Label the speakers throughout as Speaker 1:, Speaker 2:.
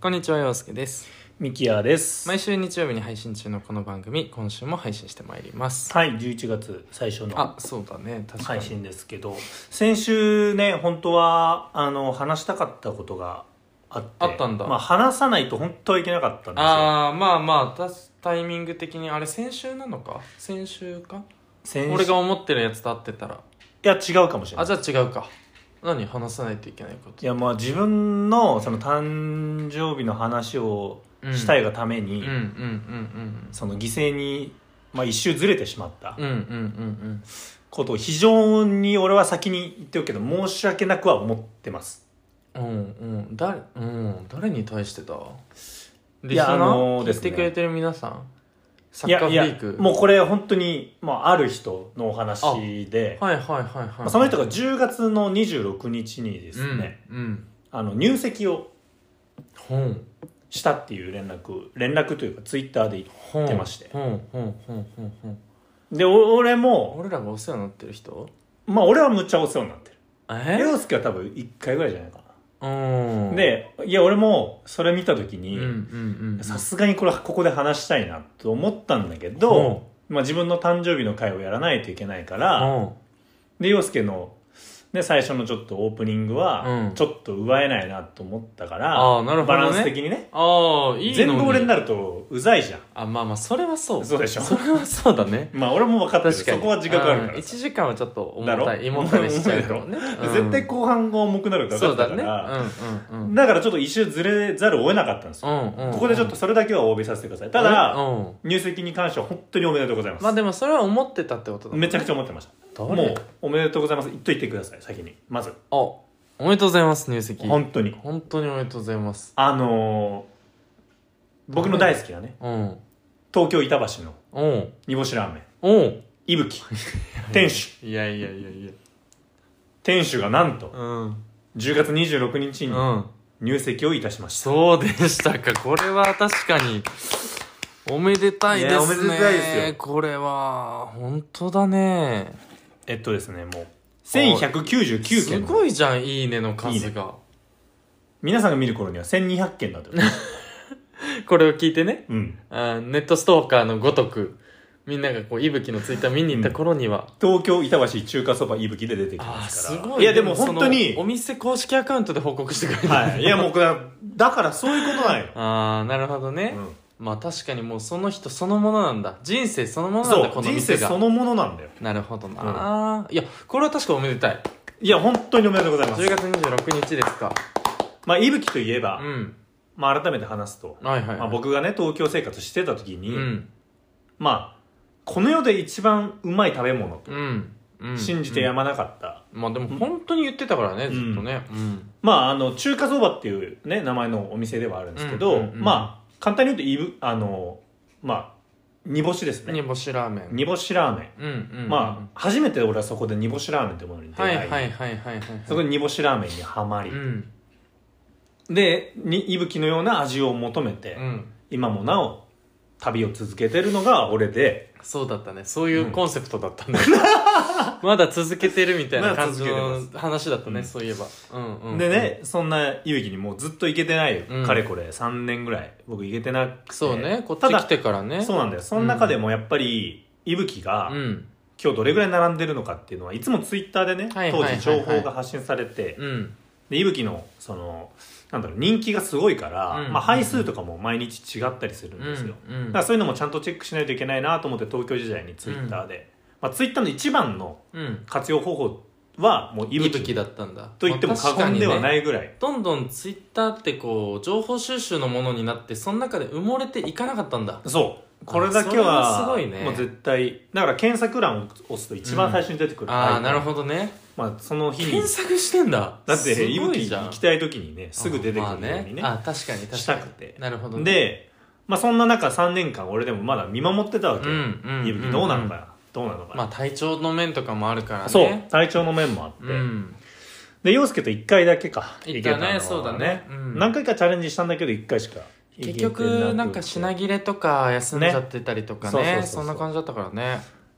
Speaker 1: こんにちは、陽介です。
Speaker 2: ミキヤです。
Speaker 1: 毎週日曜日に配信中のこの番組、今週も配信してまいります。
Speaker 2: はい、11月最初の
Speaker 1: あ、そうだね、確か
Speaker 2: 配
Speaker 1: に。
Speaker 2: 信ですけど、先週ね、本当は、あの、話したかったことがあって、
Speaker 1: あったんだ
Speaker 2: まあ、話さないと本当はいけなかったんですよ。
Speaker 1: あー、まあまあ、たタイミング的に、あれ、先週なのか先週か
Speaker 2: 先
Speaker 1: 俺
Speaker 2: 週
Speaker 1: が思ってるやつと合ってたら。
Speaker 2: いや、違うかもしれな
Speaker 1: あ、
Speaker 2: い。
Speaker 1: じゃあ違うか。何話さないといけないこ
Speaker 2: い
Speaker 1: と。
Speaker 2: や、まあ、自分の、その、誕生日の話をしたいがため
Speaker 1: う
Speaker 2: に、
Speaker 1: んうんうん
Speaker 2: その、犠牲に、まあ、一周ずれてしまった
Speaker 1: うんうん。うんうんうん
Speaker 2: ことを非常に俺は先に言っておくけど、申し訳なくは思ってます。
Speaker 1: うん。うんうん。誰、うん、誰に対してだリ
Speaker 2: い
Speaker 1: ス
Speaker 2: や
Speaker 1: ナー、
Speaker 2: あのー
Speaker 1: 聞
Speaker 2: で
Speaker 1: い
Speaker 2: す
Speaker 1: て
Speaker 2: ね
Speaker 1: くれてる皆さんサ
Speaker 2: い
Speaker 1: ッ
Speaker 2: や
Speaker 1: カー
Speaker 2: い
Speaker 1: フ
Speaker 2: や
Speaker 1: リーク
Speaker 2: もうこれ本当に、まあ、ある人のお話で、
Speaker 1: はいはいはいは
Speaker 2: ま
Speaker 1: い。
Speaker 2: あその人が10月の26日にですね、
Speaker 1: うん。うん。
Speaker 2: あの入籍を
Speaker 1: 本。
Speaker 2: したっていう連絡連絡というかツイッターで
Speaker 1: 本。
Speaker 2: 出まして
Speaker 1: 本、本、本、本、本。
Speaker 2: でお俺も
Speaker 1: 俺らがお世話になってる人
Speaker 2: まあ俺はむっちゃお世話になってる
Speaker 1: え
Speaker 2: 凌介は多分1回ぐらいじゃないか
Speaker 1: う
Speaker 2: な、
Speaker 1: ん。、
Speaker 2: でいや俺もそれ見た時
Speaker 1: うん
Speaker 2: に、
Speaker 1: うんうん。
Speaker 2: さすがにこれここで話したいなと思ったんだけど、まあ、自分の誕生日の会をやらないといけないから、
Speaker 1: うん。
Speaker 2: で陽介の、ね、最初のちょっとオープニング
Speaker 1: う
Speaker 2: は
Speaker 1: ん
Speaker 2: ちょっと奪えないなと思ったから、
Speaker 1: あーなるほどね
Speaker 2: バランス的にね
Speaker 1: ああ、いいのに。
Speaker 2: 全部俺になるとうざいじゃん
Speaker 1: あ、まあまあ、それはそう。
Speaker 2: そうでしょ
Speaker 1: それはそうだね。
Speaker 2: まあ俺も分かってる
Speaker 1: 確かに。
Speaker 2: そこは自覚ある
Speaker 1: う
Speaker 2: か
Speaker 1: ん
Speaker 2: らさ
Speaker 1: 一時間はちょっと重
Speaker 2: だ
Speaker 1: た
Speaker 2: ろ
Speaker 1: い。胃もたれしちゃうからね。うん
Speaker 2: 絶対後半が重くなるから
Speaker 1: そう
Speaker 2: 分か
Speaker 1: だ
Speaker 2: って
Speaker 1: ね。
Speaker 2: た
Speaker 1: う
Speaker 2: から、
Speaker 1: んうんうん。
Speaker 2: だからちょっと一周ずれざるを得なかったんですよ、
Speaker 1: うんうんうん。
Speaker 2: ここでちょっとそれだけはお詫びさせてくださいた
Speaker 1: う
Speaker 2: だ
Speaker 1: んうん。
Speaker 2: 入籍に関しては本当におめでとうございます、
Speaker 1: まあでも、それは思ってたってことだ。
Speaker 2: めちゃくちゃ思ってました
Speaker 1: 誰
Speaker 2: もうおめでとうございます言っといてください先にまず
Speaker 1: あ、おめでとうございます、入籍。
Speaker 2: 本当に
Speaker 1: 本当におめでとうございます。
Speaker 2: あのー、僕の大好きなね
Speaker 1: うん。
Speaker 2: 東京板橋の
Speaker 1: うん。
Speaker 2: 煮干しラーメン
Speaker 1: うん。
Speaker 2: いぶき店主
Speaker 1: いやいやいやいや。
Speaker 2: 店主がなんと
Speaker 1: うん。
Speaker 2: 10月26日
Speaker 1: う
Speaker 2: に
Speaker 1: ん。
Speaker 2: 入籍をいたしました、
Speaker 1: そうでしたか。これは確かに、おめでたいですね。
Speaker 2: ねおめでたいですよ
Speaker 1: これは、本当だね。
Speaker 2: えっとですねもう1199件
Speaker 1: すごいじゃん、いいねの数が。
Speaker 2: 皆さんが見る頃には1200件だと
Speaker 1: これを聞いてね、
Speaker 2: うん
Speaker 1: あネットストーカーのごとく、みんながこう、いぶきのツイッター見に行った頃には、
Speaker 2: 東京板橋中華そばいぶきで出てき
Speaker 1: あ
Speaker 2: ま
Speaker 1: ー
Speaker 2: す
Speaker 1: す
Speaker 2: から
Speaker 1: ごい。
Speaker 2: いやでも本当
Speaker 1: そのお
Speaker 2: に
Speaker 1: 店公式アカウントで報告してくれた。、
Speaker 2: はいいやもうこれはだからそういうことなんよ
Speaker 1: ああ、なるほどね。
Speaker 2: う
Speaker 1: まあ確かにもうその人そのものなんだ。人生そのも
Speaker 2: ん、
Speaker 1: のなん
Speaker 2: そ
Speaker 1: だ、こ
Speaker 2: う
Speaker 1: の
Speaker 2: 人
Speaker 1: 店
Speaker 2: 生
Speaker 1: が。
Speaker 2: そのものなんだよ
Speaker 1: なるほどな、いや、これは確かおめでたい。
Speaker 2: いや本当におめでとうございます
Speaker 1: 10月26日ですか。
Speaker 2: まあいぶきといえば、
Speaker 1: うん。
Speaker 2: まあ改めて話すと、
Speaker 1: はいはいはい。
Speaker 2: まあ、僕がね東京生活してた時に、
Speaker 1: うん。
Speaker 2: まあこの世で一番うまい食べ物と
Speaker 1: うん。うん。
Speaker 2: 信じてやまなかった、
Speaker 1: うん。まあでも本当に言ってたからね、
Speaker 2: う
Speaker 1: ず
Speaker 2: ん
Speaker 1: っとね。うん。
Speaker 2: まああの中華そばっていうね名前のお店ではあるんですけど、
Speaker 1: うんうんうん
Speaker 2: まあ簡単に言うといぶあのまあ煮干しです
Speaker 1: 煮
Speaker 2: ね
Speaker 1: 干しラーメン。
Speaker 2: 煮干しラーメ
Speaker 1: う
Speaker 2: ン、
Speaker 1: んうんうん。
Speaker 2: まあ初めて俺はそこで煮干しラーメンってものに出
Speaker 1: は
Speaker 2: 会
Speaker 1: い
Speaker 2: い、
Speaker 1: はいはいはいはい。
Speaker 2: そこで煮干しラーメンにはまり、
Speaker 1: うん。
Speaker 2: でにいぶきのような味を求めて、
Speaker 1: うん。
Speaker 2: 今もなお旅を続けてるのが俺で
Speaker 1: そうだったね。そういうコンセプトだったね。 まだ続けてるみたいな感じ
Speaker 2: まだ続
Speaker 1: の話だったね、
Speaker 2: うん
Speaker 1: そういえば。うんうん。
Speaker 2: で。ね、そんな勇気にもうずっと行けてないよ、
Speaker 1: うん
Speaker 2: かれこれ3年ぐらい僕行けてなくて
Speaker 1: そうね。こっち来てから
Speaker 2: た
Speaker 1: ね。
Speaker 2: だそうなんだよその中でもやっぱり、いぶきが、
Speaker 1: うん。
Speaker 2: 今日どれぐらい並んでるのかっていうのはいつもツイッターでね、
Speaker 1: はいはいはいはい
Speaker 2: 当時情報が発信されて、
Speaker 1: うん。
Speaker 2: でいぶきのそのなんだろう人気がすごいから、
Speaker 1: うん
Speaker 2: まあ、配数とかも毎日違ったりするんですよ、
Speaker 1: うんうん
Speaker 2: だからそういうのもちゃんとチェックしないといけないなと思って東京時代にツイッターで、まあ、ツイッターの一番の
Speaker 1: うん。
Speaker 2: 活用方法はもうい
Speaker 1: い
Speaker 2: ぶ
Speaker 1: ぶ
Speaker 2: き
Speaker 1: き
Speaker 2: と
Speaker 1: だったんだ。。
Speaker 2: 言っても過言ではないいぐらい、
Speaker 1: どんどんツイッターってこう、情報収集のものになって、その中で埋もれていかなかったんだ。
Speaker 2: そうこれだけ
Speaker 1: そ
Speaker 2: は
Speaker 1: れはすごいね
Speaker 2: もう絶対だから検索欄を押すと一番最初に出てくる、
Speaker 1: ああ、なる
Speaker 2: ど、
Speaker 1: ほどね。
Speaker 2: まあ、その日に
Speaker 1: 検索してんだ。
Speaker 2: だって
Speaker 1: す
Speaker 2: い
Speaker 1: ご
Speaker 2: ぶ
Speaker 1: い
Speaker 2: き
Speaker 1: じゃん
Speaker 2: 行きたい時にねすぐ出てくるように
Speaker 1: あ
Speaker 2: ね,、
Speaker 1: まあ、あ確かに確かに。
Speaker 2: したくて
Speaker 1: なるほどね。、
Speaker 2: で、まあ、そんな中3年間俺でもまだ見守ってたわ
Speaker 1: う
Speaker 2: けよ、
Speaker 1: んうんうん
Speaker 2: いぶきどうなのかな、どうなのかな、
Speaker 1: まあ体調の面とかもあるからね。
Speaker 2: そう体調の面もあって、
Speaker 1: うん。
Speaker 2: で陽介と1回だけか
Speaker 1: 行
Speaker 2: 行
Speaker 1: っ
Speaker 2: け
Speaker 1: たね
Speaker 2: たのは
Speaker 1: そうだねうん
Speaker 2: 何回かチャレンジしたんだけど1回しか行け
Speaker 1: 結
Speaker 2: てなくて
Speaker 1: 局、なんか品切れとか休んじゃってたりとか
Speaker 2: ねそうそ
Speaker 1: ね。
Speaker 2: うそうそう
Speaker 1: そんな感じだったからね。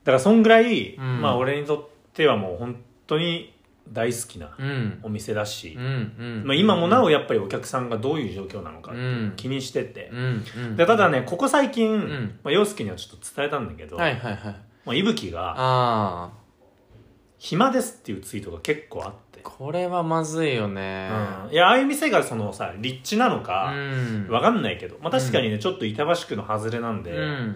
Speaker 2: だからそんぐらい、
Speaker 1: うん
Speaker 2: まあ俺にとってはもう本当に大好きな
Speaker 1: うん
Speaker 2: お店だし
Speaker 1: うん、うん
Speaker 2: まあ、今もなおやっぱりお客さんがどういう状況なのか
Speaker 1: うん
Speaker 2: 気にしてて
Speaker 1: う、んうん
Speaker 2: でただねここ最近、
Speaker 1: ん
Speaker 2: まあ、陽介にはちょっと伝えたんだけど、
Speaker 1: はいはいはい
Speaker 2: まあ、いぶきが
Speaker 1: あ
Speaker 2: 「暇です」っていうツイートが結構あって
Speaker 1: あ、これはまずいよね
Speaker 2: うん、いやああいう店がそのさ立地なの
Speaker 1: う
Speaker 2: か、
Speaker 1: ん
Speaker 2: わかんないけど、まあ、確かにね、ちょっと板橋区の外れなんで、
Speaker 1: うんうん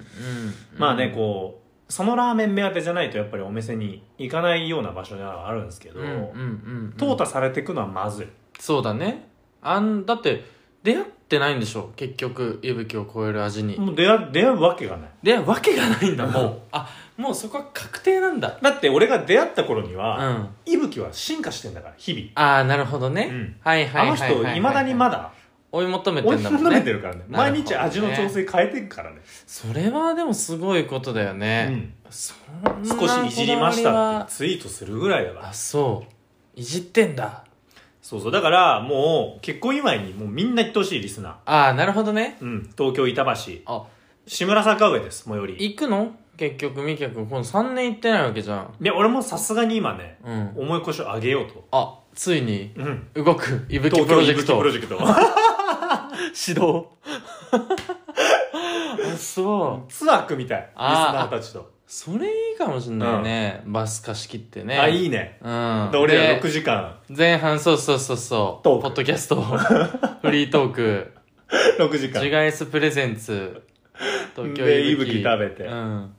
Speaker 2: まあねこうそのラーメン目当てじゃないとやっぱりお店に行かないような場所ではあるんですけど、
Speaker 1: うんうんうん
Speaker 2: 淘汰されていくのはまずい、
Speaker 1: そうだねあんだって出会ってないんでしょ結局息吹を超える味に、
Speaker 2: もう出会出会うわけがない
Speaker 1: でわけがないんだも
Speaker 2: う
Speaker 1: うあもうそこは確定なんだ
Speaker 2: だって俺が出会った頃に
Speaker 1: うん
Speaker 2: は、
Speaker 1: あ
Speaker 2: いぶきは進化してんだから日々、
Speaker 1: あなるほどね、
Speaker 2: うん
Speaker 1: はいはいはいはい
Speaker 2: あの人いまだにまだ
Speaker 1: 追い求めて
Speaker 2: 追い
Speaker 1: んだもん
Speaker 2: 求
Speaker 1: ね
Speaker 2: めてるからね
Speaker 1: なるほどね
Speaker 2: 毎日味の調整変えていくからね、
Speaker 1: それはでもすごいことだよね、そんな
Speaker 2: うん少しいじりまし
Speaker 1: こだわり
Speaker 2: たっ
Speaker 1: は
Speaker 2: てツイートするぐらいだから
Speaker 1: あそういじってんだ
Speaker 2: そうそうだからもう結婚祝いにもうみんな行ってほしいリスナ
Speaker 1: ああなるほどね
Speaker 2: ー、うん、東京板橋
Speaker 1: あ
Speaker 2: 志村坂上です最寄り
Speaker 1: 行くの結局みきゃくんこの3年行ってないわけじゃん
Speaker 2: で俺もさすがに今ね
Speaker 1: うん
Speaker 2: 重い腰を上げようと、
Speaker 1: あついに
Speaker 2: うん、
Speaker 1: 動くいぶき
Speaker 2: 東
Speaker 1: プロ
Speaker 2: 京
Speaker 1: ジ
Speaker 2: い
Speaker 1: ェク
Speaker 2: ぶきプ
Speaker 1: ト
Speaker 2: ロジェクト
Speaker 1: 指導 あそう
Speaker 2: ツアー組みたいリスナーたちと、
Speaker 1: それいいかもしんないね、バス貸し切ってね
Speaker 2: あいいね
Speaker 1: うん
Speaker 2: で俺ら
Speaker 1: で
Speaker 2: 6時間
Speaker 1: 前半そうそうそうそう
Speaker 2: トーク
Speaker 1: ポッドキャ ストフリートーク
Speaker 2: 6時
Speaker 1: ジュ
Speaker 2: 間
Speaker 1: ガエスプレゼンツ東京
Speaker 2: で
Speaker 1: いぶき
Speaker 2: いぶき食べて
Speaker 1: うん、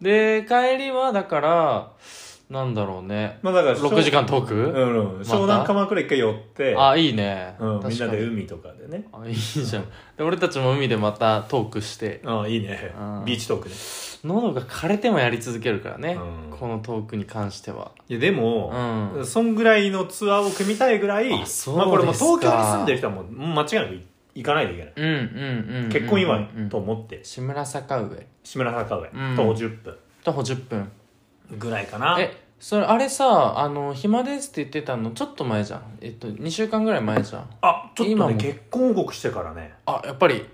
Speaker 1: で帰りはだからなんだろうね
Speaker 2: まあだから
Speaker 1: 6時
Speaker 2: 間
Speaker 1: 間トー
Speaker 2: う
Speaker 1: ク、
Speaker 2: ん、うん、
Speaker 1: た
Speaker 2: 湘南鎌倉一回寄って
Speaker 1: あいいね、
Speaker 2: うん、みん
Speaker 1: 確か
Speaker 2: な
Speaker 1: に
Speaker 2: で海とかでね
Speaker 1: あいいじゃんで俺たちも海でまたトークして
Speaker 2: あいいね
Speaker 1: うん
Speaker 2: ビーチトークね
Speaker 1: 喉が枯れてもやり続けるからね、
Speaker 2: うん
Speaker 1: このトークに関してはい
Speaker 2: やで
Speaker 1: う
Speaker 2: も、
Speaker 1: ん
Speaker 2: そんぐらいのツアーを組みたいぐらい
Speaker 1: あそう
Speaker 2: まあ、これもう
Speaker 1: ですか
Speaker 2: 東京に住んでる人はもうもう間違いなくい行かないといけない、
Speaker 1: うんうんうん
Speaker 2: 結婚祝い
Speaker 1: うん
Speaker 2: と思って
Speaker 1: 志村坂上
Speaker 2: 志村坂上、
Speaker 1: うん
Speaker 2: 徒歩10分
Speaker 1: 徒歩10分
Speaker 2: ぐらいかな
Speaker 1: えそれあれさあの暇ですって言ってたのちょっと前じゃんえっと2週間ぐらい前じゃん
Speaker 2: あちょっ
Speaker 1: 今
Speaker 2: と
Speaker 1: も
Speaker 2: ね結婚報告してからね
Speaker 1: あやっぱり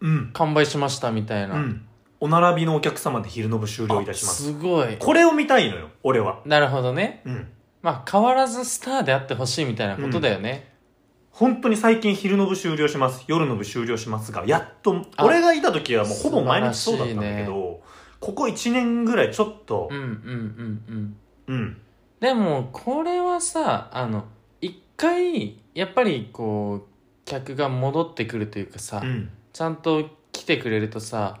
Speaker 2: うん
Speaker 1: 完売しましたみたいうな、
Speaker 2: んお並びのお客様で昼の部終了いたします
Speaker 1: すごい
Speaker 2: これを見たいのよ俺は
Speaker 1: なるほどね
Speaker 2: うん
Speaker 1: まあ変わらずスターであってほしいみたいなことだよね、
Speaker 2: 本当に最近昼の部終了します夜の部終了しますがやっと
Speaker 1: あ
Speaker 2: 俺がいた時はもうほぼ毎日そ
Speaker 1: 素
Speaker 2: うだっ
Speaker 1: 晴らしい
Speaker 2: た
Speaker 1: ね
Speaker 2: んだけど、ここ1年ぐらいちょっと
Speaker 1: うん、うんうんうん
Speaker 2: うん
Speaker 1: でもこれはさあの一回やっぱりこう客が戻ってくるというかさ、
Speaker 2: うん
Speaker 1: ちゃんと来てくれるとさ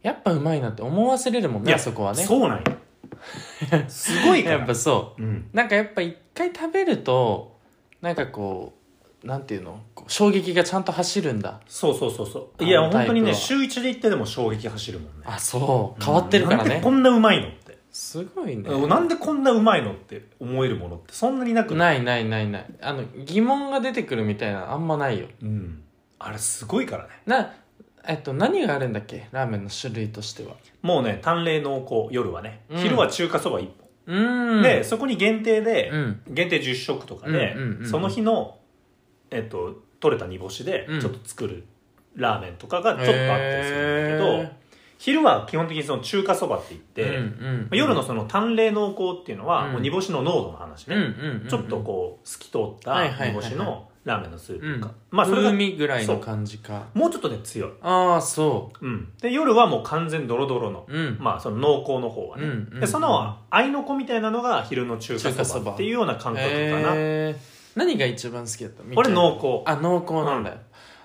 Speaker 1: やっぱうまいなって思わせれるもん
Speaker 2: い
Speaker 1: ね
Speaker 2: や
Speaker 1: そこはね
Speaker 2: そうなんやすごいから
Speaker 1: やっぱそ
Speaker 2: うん
Speaker 1: うなんかやっぱ一回食べるとなんかこうなんていうのこう衝撃がちゃんと走るんだ
Speaker 2: そうそうそうそう
Speaker 1: あ
Speaker 2: いや
Speaker 1: のタ
Speaker 2: 本
Speaker 1: イプ
Speaker 2: 当
Speaker 1: は
Speaker 2: にね週1で行ってでも衝撃走るもんね
Speaker 1: あそう変わってるから
Speaker 2: なん
Speaker 1: ね
Speaker 2: でこんなうまいのって
Speaker 1: すごいね
Speaker 2: なんでこんなうまいのって思えるものってそんなになくい、
Speaker 1: ないないないないあの疑問が出てくるみたいなのあんまないよ
Speaker 2: うん、あれすごいからね
Speaker 1: なえっと何があるんだっけラーメンの種類としては
Speaker 2: もうね淡麗濃厚夜はね、
Speaker 1: うん
Speaker 2: 昼は中華そば1
Speaker 1: う
Speaker 2: 本、
Speaker 1: ーん
Speaker 2: でそこに限定で、
Speaker 1: うん
Speaker 2: 限定10食とかで、
Speaker 1: うんうんうんうん
Speaker 2: その日の、えっと、取れた煮干しで
Speaker 1: うん
Speaker 2: ちょっと作るラーメンとかがちょっとあったりするんだけど、
Speaker 1: へー
Speaker 2: 昼は基本的にその中華そばって言って、
Speaker 1: うんうん
Speaker 2: まあ夜のその淡麗濃厚っていうのは、
Speaker 1: うん
Speaker 2: もう煮干しの濃度の話
Speaker 1: う
Speaker 2: ね、
Speaker 1: んうんうん
Speaker 2: ちょっとこう透き通っ
Speaker 1: はい
Speaker 2: た
Speaker 1: はいはい
Speaker 2: 煮
Speaker 1: はい
Speaker 2: 干しのラーメンのスープとか、
Speaker 1: ま
Speaker 2: ま
Speaker 1: あ
Speaker 2: あ
Speaker 1: そ
Speaker 2: そ
Speaker 1: れ
Speaker 2: れ
Speaker 1: が
Speaker 2: が
Speaker 1: 海ぐらいの感じか
Speaker 2: もうちょっとね強い、
Speaker 1: ああそ
Speaker 2: うん、で夜はもう完全ドロドロの、
Speaker 1: ううん
Speaker 2: まあその濃厚の方は
Speaker 1: う
Speaker 2: ね、
Speaker 1: んうん
Speaker 2: でその合いの子みたいなのが昼の中華
Speaker 1: 中華
Speaker 2: そ
Speaker 1: そば
Speaker 2: ばっていうような感覚かな、
Speaker 1: へー何が一番好きだった
Speaker 2: これ
Speaker 1: 厚
Speaker 2: 濃厚
Speaker 1: あ濃厚なんだよ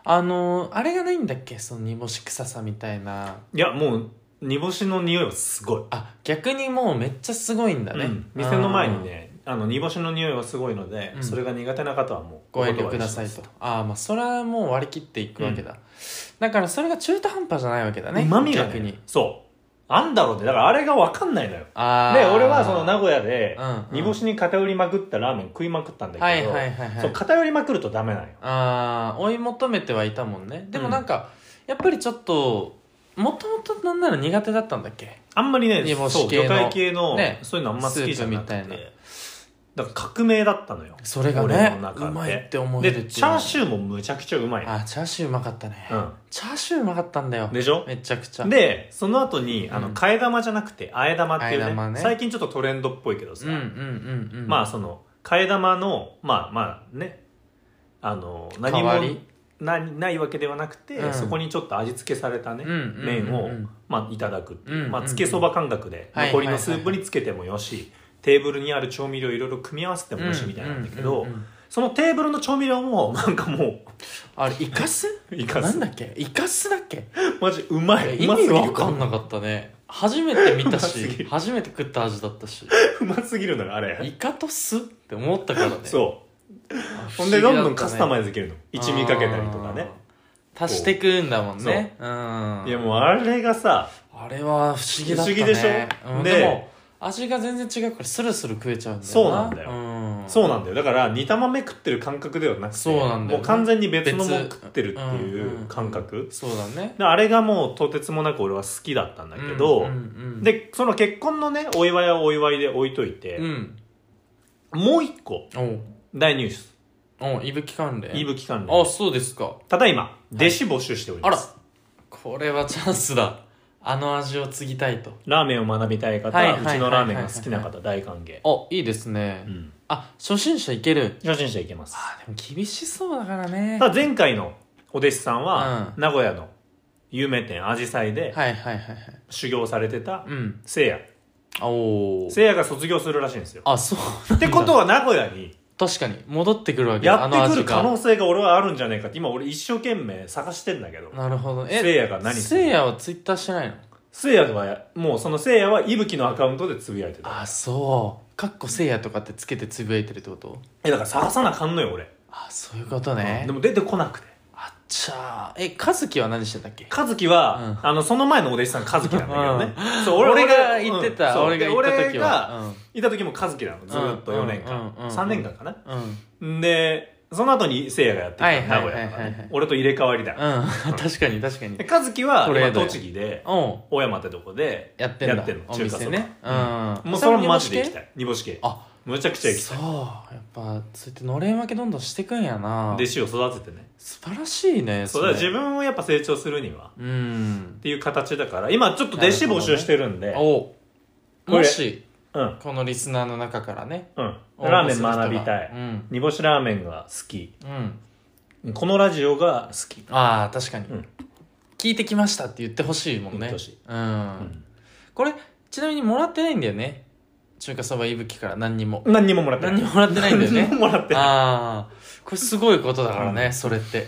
Speaker 1: あのーあれがないんだっけその煮干し臭さみたいない
Speaker 2: やもう煮干しの匂いはすごい、
Speaker 1: あ逆にもうめっちゃすごいんだね
Speaker 2: うん店の前にねあの煮干しの匂いはすごいので、
Speaker 1: うん
Speaker 2: それが苦手な方はもう
Speaker 1: ご遠慮くださいとああまあそれはもう割り切っていくわけだ、だからそれが中途半端じゃないわけだね
Speaker 2: うまみが、
Speaker 1: 逆
Speaker 2: ね
Speaker 1: に、
Speaker 2: そうあんだろうねだからあれが分かんないのよ
Speaker 1: ああ
Speaker 2: で俺はその名古屋で
Speaker 1: うんうん
Speaker 2: 煮干しに偏りまくったラーメン食いまくったんだけど、
Speaker 1: はいはいはいはい
Speaker 2: そう偏りまくるとダメなのよ
Speaker 1: ああ追い求めてはいたもんねでもなんか、やっぱりちょっともともとなんなら苦手だったんだっけ
Speaker 2: あんまりね
Speaker 1: 煮干し
Speaker 2: そう
Speaker 1: 系
Speaker 2: 魚
Speaker 1: の
Speaker 2: 介系の、
Speaker 1: ね
Speaker 2: そういうのあんま好きじゃな
Speaker 1: スー
Speaker 2: くて
Speaker 1: プみたい
Speaker 2: だから革命だったのよ
Speaker 1: それが
Speaker 2: 俺
Speaker 1: ね
Speaker 2: の中で
Speaker 1: うまいって思えるって
Speaker 2: で
Speaker 1: いう
Speaker 2: チャーシューもむちゃくちゃうまいの
Speaker 1: あチャーシューうまかったね、
Speaker 2: うん
Speaker 1: チャーシューうまかったんだよ
Speaker 2: でしょ
Speaker 1: めちゃくちゃ
Speaker 2: でその後にあ
Speaker 1: う
Speaker 2: の
Speaker 1: ん
Speaker 2: 替え玉じゃなくてあえ玉っていう
Speaker 1: 和え
Speaker 2: ね
Speaker 1: 玉ね
Speaker 2: 最近ちょっとトレンドっぽいけどさ、
Speaker 1: うんうんうんうん
Speaker 2: まあその替え玉のまあまあねあの何
Speaker 1: 代
Speaker 2: も
Speaker 1: わり
Speaker 2: ないないわけではなくて、
Speaker 1: うん
Speaker 2: そこにちょっと味付けされたね、
Speaker 1: うんうんうん
Speaker 2: 麺を、
Speaker 1: うん
Speaker 2: まあ、いただくっていう、
Speaker 1: うん
Speaker 2: まあ、
Speaker 1: うん
Speaker 2: つけそば感覚で
Speaker 1: はい
Speaker 2: 残りのスープにつけてもよし、テーブルにある調味料いろいろ組み合わせてもよしみたいなんだけど、
Speaker 1: うんうんうんうん
Speaker 2: そのテーブルの調味料も なんかも
Speaker 1: あれイカス
Speaker 2: ういか
Speaker 1: なん
Speaker 2: ず
Speaker 1: だっけイカスだっけ
Speaker 2: マジうまいう
Speaker 1: 意
Speaker 2: ます
Speaker 1: 味
Speaker 2: ぎる
Speaker 1: わかんなかったね初めて見た
Speaker 2: うますぎ
Speaker 1: し
Speaker 2: る
Speaker 1: 初めて食った味だったし
Speaker 2: うますぎるのよあれ
Speaker 1: イカと酢って思ったからね
Speaker 2: そう
Speaker 1: あ不
Speaker 2: ほ
Speaker 1: 思
Speaker 2: ん
Speaker 1: 議だった
Speaker 2: でど
Speaker 1: ね
Speaker 2: んどんカスタマイズできるの一味かけたりとかね
Speaker 1: あー足してくんだもんねうん
Speaker 2: いやもうあれがさ
Speaker 1: あれは不思議だったね
Speaker 2: 不思議でしょ
Speaker 1: うん
Speaker 2: で
Speaker 1: でも味が全然違うからスルスル食えちゃうんだよな
Speaker 2: そうなんだよ
Speaker 1: うん
Speaker 2: そうなんだよだから煮玉目食ってる感覚ではなくて
Speaker 1: そうなんだよね
Speaker 2: もう完全に別のもん
Speaker 1: 別
Speaker 2: 食ってるっていう感覚、
Speaker 1: そうだね
Speaker 2: であれがもうとてつもなく俺は好きだったんだけど、
Speaker 1: うんうんうん、
Speaker 2: でその結婚のねお祝いはお祝いで置いといて、
Speaker 1: うん
Speaker 2: もう一個
Speaker 1: おう
Speaker 2: 大ニュース
Speaker 1: おういぶき関連
Speaker 2: イブ期間
Speaker 1: あ
Speaker 2: で
Speaker 1: そうですか
Speaker 2: ただいま弟子募集しており
Speaker 1: あ
Speaker 2: ま
Speaker 1: ら
Speaker 2: す、
Speaker 1: これはチャンスだあの味を継ぎたいと
Speaker 2: ラーメンを学びたい方、
Speaker 1: はいはいはいうはい
Speaker 2: ちのラーメンが好きな方大歓迎、
Speaker 1: あいいですね、
Speaker 2: うん、
Speaker 1: あ初心者いける
Speaker 2: 初心者いけます
Speaker 1: あでも厳しそうだからね
Speaker 2: ただ前回のお弟子さんは、
Speaker 1: う
Speaker 2: 名古屋の有名店アジサイで
Speaker 1: はいはいはいはい
Speaker 2: 修行されてた
Speaker 1: うん
Speaker 2: せいや
Speaker 1: あおー
Speaker 2: せいやが卒業するらしいんですよ
Speaker 1: あそう
Speaker 2: ってことは名古屋に
Speaker 1: 確かに戻ってくるわけ
Speaker 2: やってくる
Speaker 1: あ
Speaker 2: 可
Speaker 1: の
Speaker 2: 能
Speaker 1: 味
Speaker 2: 性が俺はあるんじゃないかって今俺一生懸命探してんだけど
Speaker 1: がなるほど
Speaker 2: せいやが何する
Speaker 1: せいやはツイッターしてないの
Speaker 2: せいやはもうそのせいやは伊吹のアカウントでつぶやいてた
Speaker 1: あそうかっこせいやとかってつけてつぶやいてるってこと
Speaker 2: えだから探さなあかんのよ俺、
Speaker 1: あそういうことね
Speaker 2: でも出てこなくて
Speaker 1: あっちゃーえ和樹は何してたっけ
Speaker 2: 和樹は、あのその前のお弟子さん和樹なんだけどね、そう
Speaker 1: 俺が言って
Speaker 2: うん
Speaker 1: た、
Speaker 2: そう
Speaker 1: 俺が言
Speaker 2: で
Speaker 1: った時
Speaker 2: 俺が
Speaker 1: は、
Speaker 2: いた時も和樹なのずーっと4年間、
Speaker 1: うんうんうんうん
Speaker 2: 3年間かな、
Speaker 1: うんうん
Speaker 2: でその後にせいやがやってきた、
Speaker 1: はいはい
Speaker 2: 名古屋とか
Speaker 1: はいはいは
Speaker 2: ね
Speaker 1: い
Speaker 2: 俺と入れ替わりだ、
Speaker 1: うん確かに確かに
Speaker 2: で和樹は
Speaker 1: トレ
Speaker 2: 今
Speaker 1: ードや
Speaker 2: 栃木で
Speaker 1: うん
Speaker 2: 大山ってとこで
Speaker 1: やってんだ
Speaker 2: やってんの
Speaker 1: お店
Speaker 2: 中
Speaker 1: ね
Speaker 2: 華
Speaker 1: う
Speaker 2: そ
Speaker 1: ん
Speaker 2: ばもうそれもマジで行きた
Speaker 1: い
Speaker 2: い煮干し系
Speaker 1: あ
Speaker 2: むちゃくちゃ行き
Speaker 1: そう
Speaker 2: たい
Speaker 1: やっぱそうやってのれん分けどんどんしてくんやな
Speaker 2: 弟子を育ててね
Speaker 1: 素晴らしいね
Speaker 2: そう
Speaker 1: れ
Speaker 2: だから自分をやっぱ成長するには
Speaker 1: うん
Speaker 2: っていう形だから今ちょっと弟子募集してるんで
Speaker 1: お
Speaker 2: れ
Speaker 1: もし
Speaker 2: うん
Speaker 1: このリスナーの中からね
Speaker 2: うんラーメン学びた
Speaker 1: う
Speaker 2: い
Speaker 1: ん
Speaker 2: 煮干しラーメンが好き
Speaker 1: うん
Speaker 2: このラジオが好き
Speaker 1: ああ確かに
Speaker 2: うん
Speaker 1: 聞いてきましたって言ってほしいもん
Speaker 2: 言っ
Speaker 1: ね
Speaker 2: てほしい
Speaker 1: うんこれちなみにもらってないんだよね中華そばいぶきから何に も
Speaker 2: 何にももらってない
Speaker 1: 何にももらってないんだよ
Speaker 2: 何に
Speaker 1: ね
Speaker 2: ももらってない
Speaker 1: ああこれすごいことだからね、それって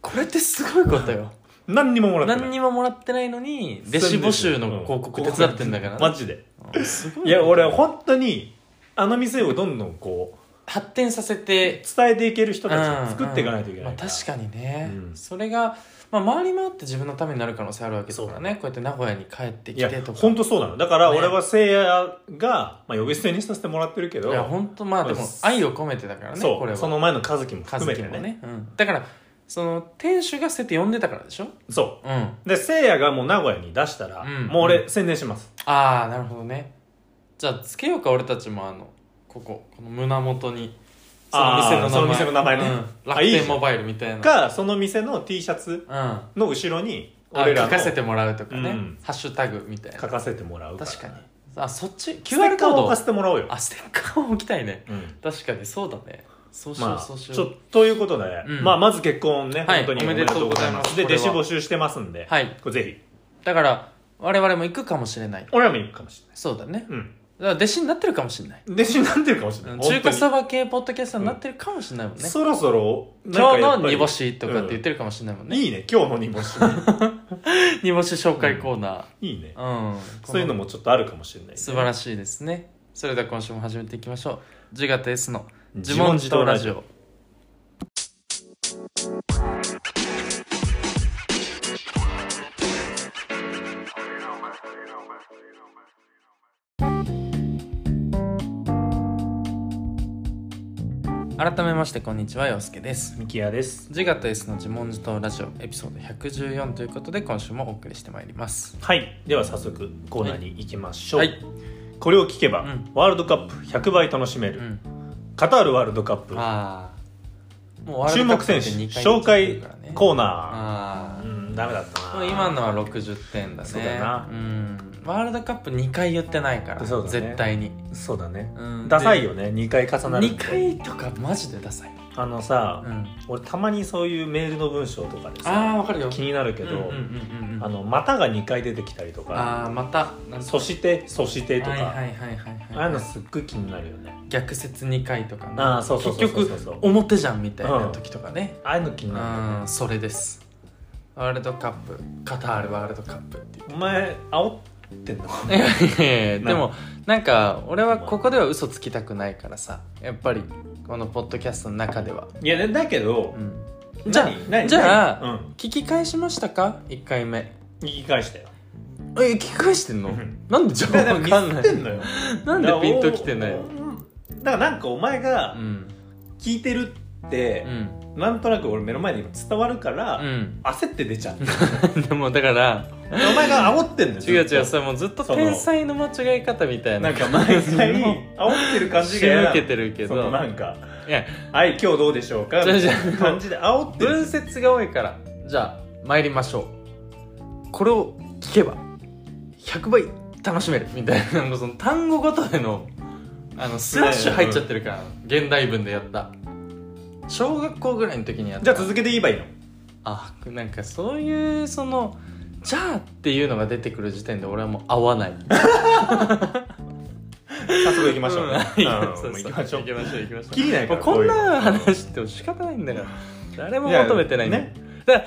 Speaker 1: これってすごいことよ
Speaker 2: 何にももらって
Speaker 1: 何
Speaker 2: ない
Speaker 1: にももらってないのに弟子募集の広告手伝ってんだから、
Speaker 2: マジで
Speaker 1: うんすごい
Speaker 2: いや俺本当にあの店をどんどんこう
Speaker 1: 発展させて
Speaker 2: 伝えていける人たちを作っていかないといけな
Speaker 1: う
Speaker 2: い
Speaker 1: んまあ、確かにね、
Speaker 2: うん
Speaker 1: それが、まあ、回り回って自分のためになる可能性あるわけだからねこうやって名古屋に帰って
Speaker 2: い
Speaker 1: き
Speaker 2: や
Speaker 1: てとか
Speaker 2: 本当そうなのだから
Speaker 1: ね
Speaker 2: 俺はせいやがまあ呼び捨てにさせてもらってるけど
Speaker 1: いや本当まあでも愛を込めてだからね
Speaker 2: そ
Speaker 1: これ
Speaker 2: う
Speaker 1: は
Speaker 2: その前の和樹も
Speaker 1: 和
Speaker 2: 含め
Speaker 1: 樹
Speaker 2: て
Speaker 1: もね
Speaker 2: ね
Speaker 1: うん、だからその店主が捨てて呼んでたからでしょ
Speaker 2: そう
Speaker 1: うんあ
Speaker 2: でせいやがもう名古屋に出したら、
Speaker 1: うん
Speaker 2: もう俺宣伝します、
Speaker 1: あなるほどねじゃあつけようか俺たちもあのこここの胸元にその店の名
Speaker 2: あー
Speaker 1: 前
Speaker 2: その店の名前ね
Speaker 1: うん、
Speaker 2: あ
Speaker 1: 楽
Speaker 2: いいじゃん
Speaker 1: 天モバイルみたいな
Speaker 2: かその店の T シャツ
Speaker 1: うんあ
Speaker 2: の後ろに俺ら
Speaker 1: 書
Speaker 2: の
Speaker 1: かせてもらうとかね、
Speaker 2: うん
Speaker 1: ハッシュタグみたいな
Speaker 2: 書かせてもらう
Speaker 1: 確かに
Speaker 2: に
Speaker 1: あそっち
Speaker 2: QR
Speaker 1: QR コ
Speaker 2: カ
Speaker 1: ー
Speaker 2: ードを
Speaker 1: ド
Speaker 2: 置かせてもらおうよ、
Speaker 1: あステッカーを置きたいね
Speaker 2: うん
Speaker 1: 確かにそうだねそうしよう、
Speaker 2: まあ
Speaker 1: そうしよう
Speaker 2: ちょということで、
Speaker 1: うん
Speaker 2: まあ、まず結婚ね、
Speaker 1: はい
Speaker 2: 本当に
Speaker 1: おめでとうございます
Speaker 2: で
Speaker 1: こ
Speaker 2: 弟
Speaker 1: れ
Speaker 2: 子
Speaker 1: は
Speaker 2: 募集してますんで、
Speaker 1: はい
Speaker 2: これぜひ
Speaker 1: だから我々も行くかもしれない
Speaker 2: 俺らも行くかもし
Speaker 1: そうだね
Speaker 2: れな
Speaker 1: だ
Speaker 2: い、
Speaker 1: から弟子になってるかもしれない
Speaker 2: うん、弟子になってるかもしれ
Speaker 1: う
Speaker 2: ない、
Speaker 1: ん
Speaker 2: 本当
Speaker 1: 中
Speaker 2: に
Speaker 1: 華そば系ポッドキャストになってるかもしれないもんね
Speaker 2: そろそろなん
Speaker 1: 今
Speaker 2: かやっ
Speaker 1: 日
Speaker 2: ぱ
Speaker 1: の
Speaker 2: り
Speaker 1: 煮干しとかって言ってるかもしれないもん
Speaker 2: うん
Speaker 1: ね、
Speaker 2: いいね今日の煮干し
Speaker 1: 煮干し紹介コーナ
Speaker 2: いいね
Speaker 1: ーうん
Speaker 2: そういうの
Speaker 1: も
Speaker 2: もちょっとあるかもしれない、ね、
Speaker 1: 素晴らしいですねそれでは今週も始めていきましょう自我と S の
Speaker 2: 自
Speaker 1: 自
Speaker 2: 問
Speaker 1: 問
Speaker 2: 自
Speaker 1: 自
Speaker 2: 答
Speaker 1: 答
Speaker 2: ラ
Speaker 1: ラ
Speaker 2: ジ
Speaker 1: ジ
Speaker 2: オ
Speaker 1: オ改めましてこんにちは陽介です
Speaker 2: ミキヤです
Speaker 1: 自我と S の自問自答ラジオエピソード114ということで今週もお送りしてまいります
Speaker 2: はいでは早速コーナーに行きましょう、
Speaker 1: はい
Speaker 2: これを聞けば、
Speaker 1: うん
Speaker 2: ワールドカップ100倍楽しめ
Speaker 1: う
Speaker 2: る、
Speaker 1: ん
Speaker 2: カタールワールドカップ
Speaker 1: ああもうワー
Speaker 2: 注
Speaker 1: ルド
Speaker 2: 目
Speaker 1: カップ
Speaker 2: 選
Speaker 1: っ
Speaker 2: 手
Speaker 1: て2回
Speaker 2: 紹介
Speaker 1: 出てくるからね
Speaker 2: コーナ
Speaker 1: ああ
Speaker 2: ーうんダメだったな
Speaker 1: 今のは60点だね
Speaker 2: そうだな
Speaker 1: うんワールドカップ2回言ってないから、
Speaker 2: そうだね
Speaker 1: 絶対に、
Speaker 2: そうだね
Speaker 1: うん、
Speaker 2: ダサい
Speaker 1: よ
Speaker 2: よね2回重なる
Speaker 1: 2回とかマジでダサい、
Speaker 2: あのさ、
Speaker 1: うん、
Speaker 2: 俺たまにそういうメールの文章とかでさ
Speaker 1: ああわかるよ
Speaker 2: 気になるけど、
Speaker 1: うんうんうんうん、
Speaker 2: あの「また」が2回出てきたりとか
Speaker 1: あーまたなん
Speaker 2: 「そして」「そして」とか、
Speaker 1: はいはいはいはいはい
Speaker 2: ああいうのすっごい気になるよね、
Speaker 1: 逆説2回とかね
Speaker 2: ああそうそうそうそうそう
Speaker 1: 結局表じゃんみたいな時とかね、
Speaker 2: ああいうの気になるよね
Speaker 1: ああそれですワールドカップカタールワールドカップっていう
Speaker 2: お前煽ってんの
Speaker 1: いやいや いやでもなんか俺はここでは嘘つきたくないからさやっぱりこのポッドキャストの中では、
Speaker 2: いやだだけど
Speaker 1: う、ん、じゃあ
Speaker 2: 何何
Speaker 1: じゃあ
Speaker 2: 何
Speaker 1: 聞き返しましたか1回目
Speaker 2: うん、言い返したよ
Speaker 1: え聞き返してんの
Speaker 2: うん
Speaker 1: なんでじゃあ分かん
Speaker 2: ミ
Speaker 1: な
Speaker 2: スって
Speaker 1: い
Speaker 2: んのよ
Speaker 1: なんでピンときてない
Speaker 2: だからおだからなんかお前
Speaker 1: う
Speaker 2: が
Speaker 1: ん
Speaker 2: 聞いてるって
Speaker 1: う、ん
Speaker 2: なんとなく俺目の前で今伝わるから、
Speaker 1: うん
Speaker 2: 焦って出ちゃう
Speaker 1: でもだから
Speaker 2: お前が煽ってんのよずっ
Speaker 1: 違う
Speaker 2: と
Speaker 1: 違うそれもうずっと天才の間違い方みたいな
Speaker 2: なんか毎回
Speaker 1: も う
Speaker 2: 煽ってる感じが
Speaker 1: 仕
Speaker 2: 嫌な
Speaker 1: 向
Speaker 2: の
Speaker 1: けてるけ
Speaker 2: その
Speaker 1: ど
Speaker 2: なんか
Speaker 1: いや
Speaker 2: 「はい今日どうでしょうか」み
Speaker 1: じゃ
Speaker 2: た
Speaker 1: あじゃあ
Speaker 2: いな感じで煽ってる
Speaker 1: 文節が多いからじゃあ参りましょうこれを聞けば100倍楽しめるみたいななんかその単語ごとでのあのスラッシュ入っちゃってるから、現代文でやった小学校ぐらいの時にやった
Speaker 2: じゃあ続けて言えばいいの
Speaker 1: あなんかそういうその「じゃあ」っていうのが出てくる時点で俺はもう合わない
Speaker 2: 早速行きましょうね、
Speaker 1: うん
Speaker 2: うん
Speaker 1: そう
Speaker 2: も
Speaker 1: そ
Speaker 2: う
Speaker 1: う
Speaker 2: 行きましょう
Speaker 1: 行きましょう行きましょう
Speaker 2: きりない
Speaker 1: も
Speaker 2: から
Speaker 1: うこん
Speaker 2: ういうの
Speaker 1: な話っても仕方ないんだから誰も求めてないんだよ
Speaker 2: いや
Speaker 1: だから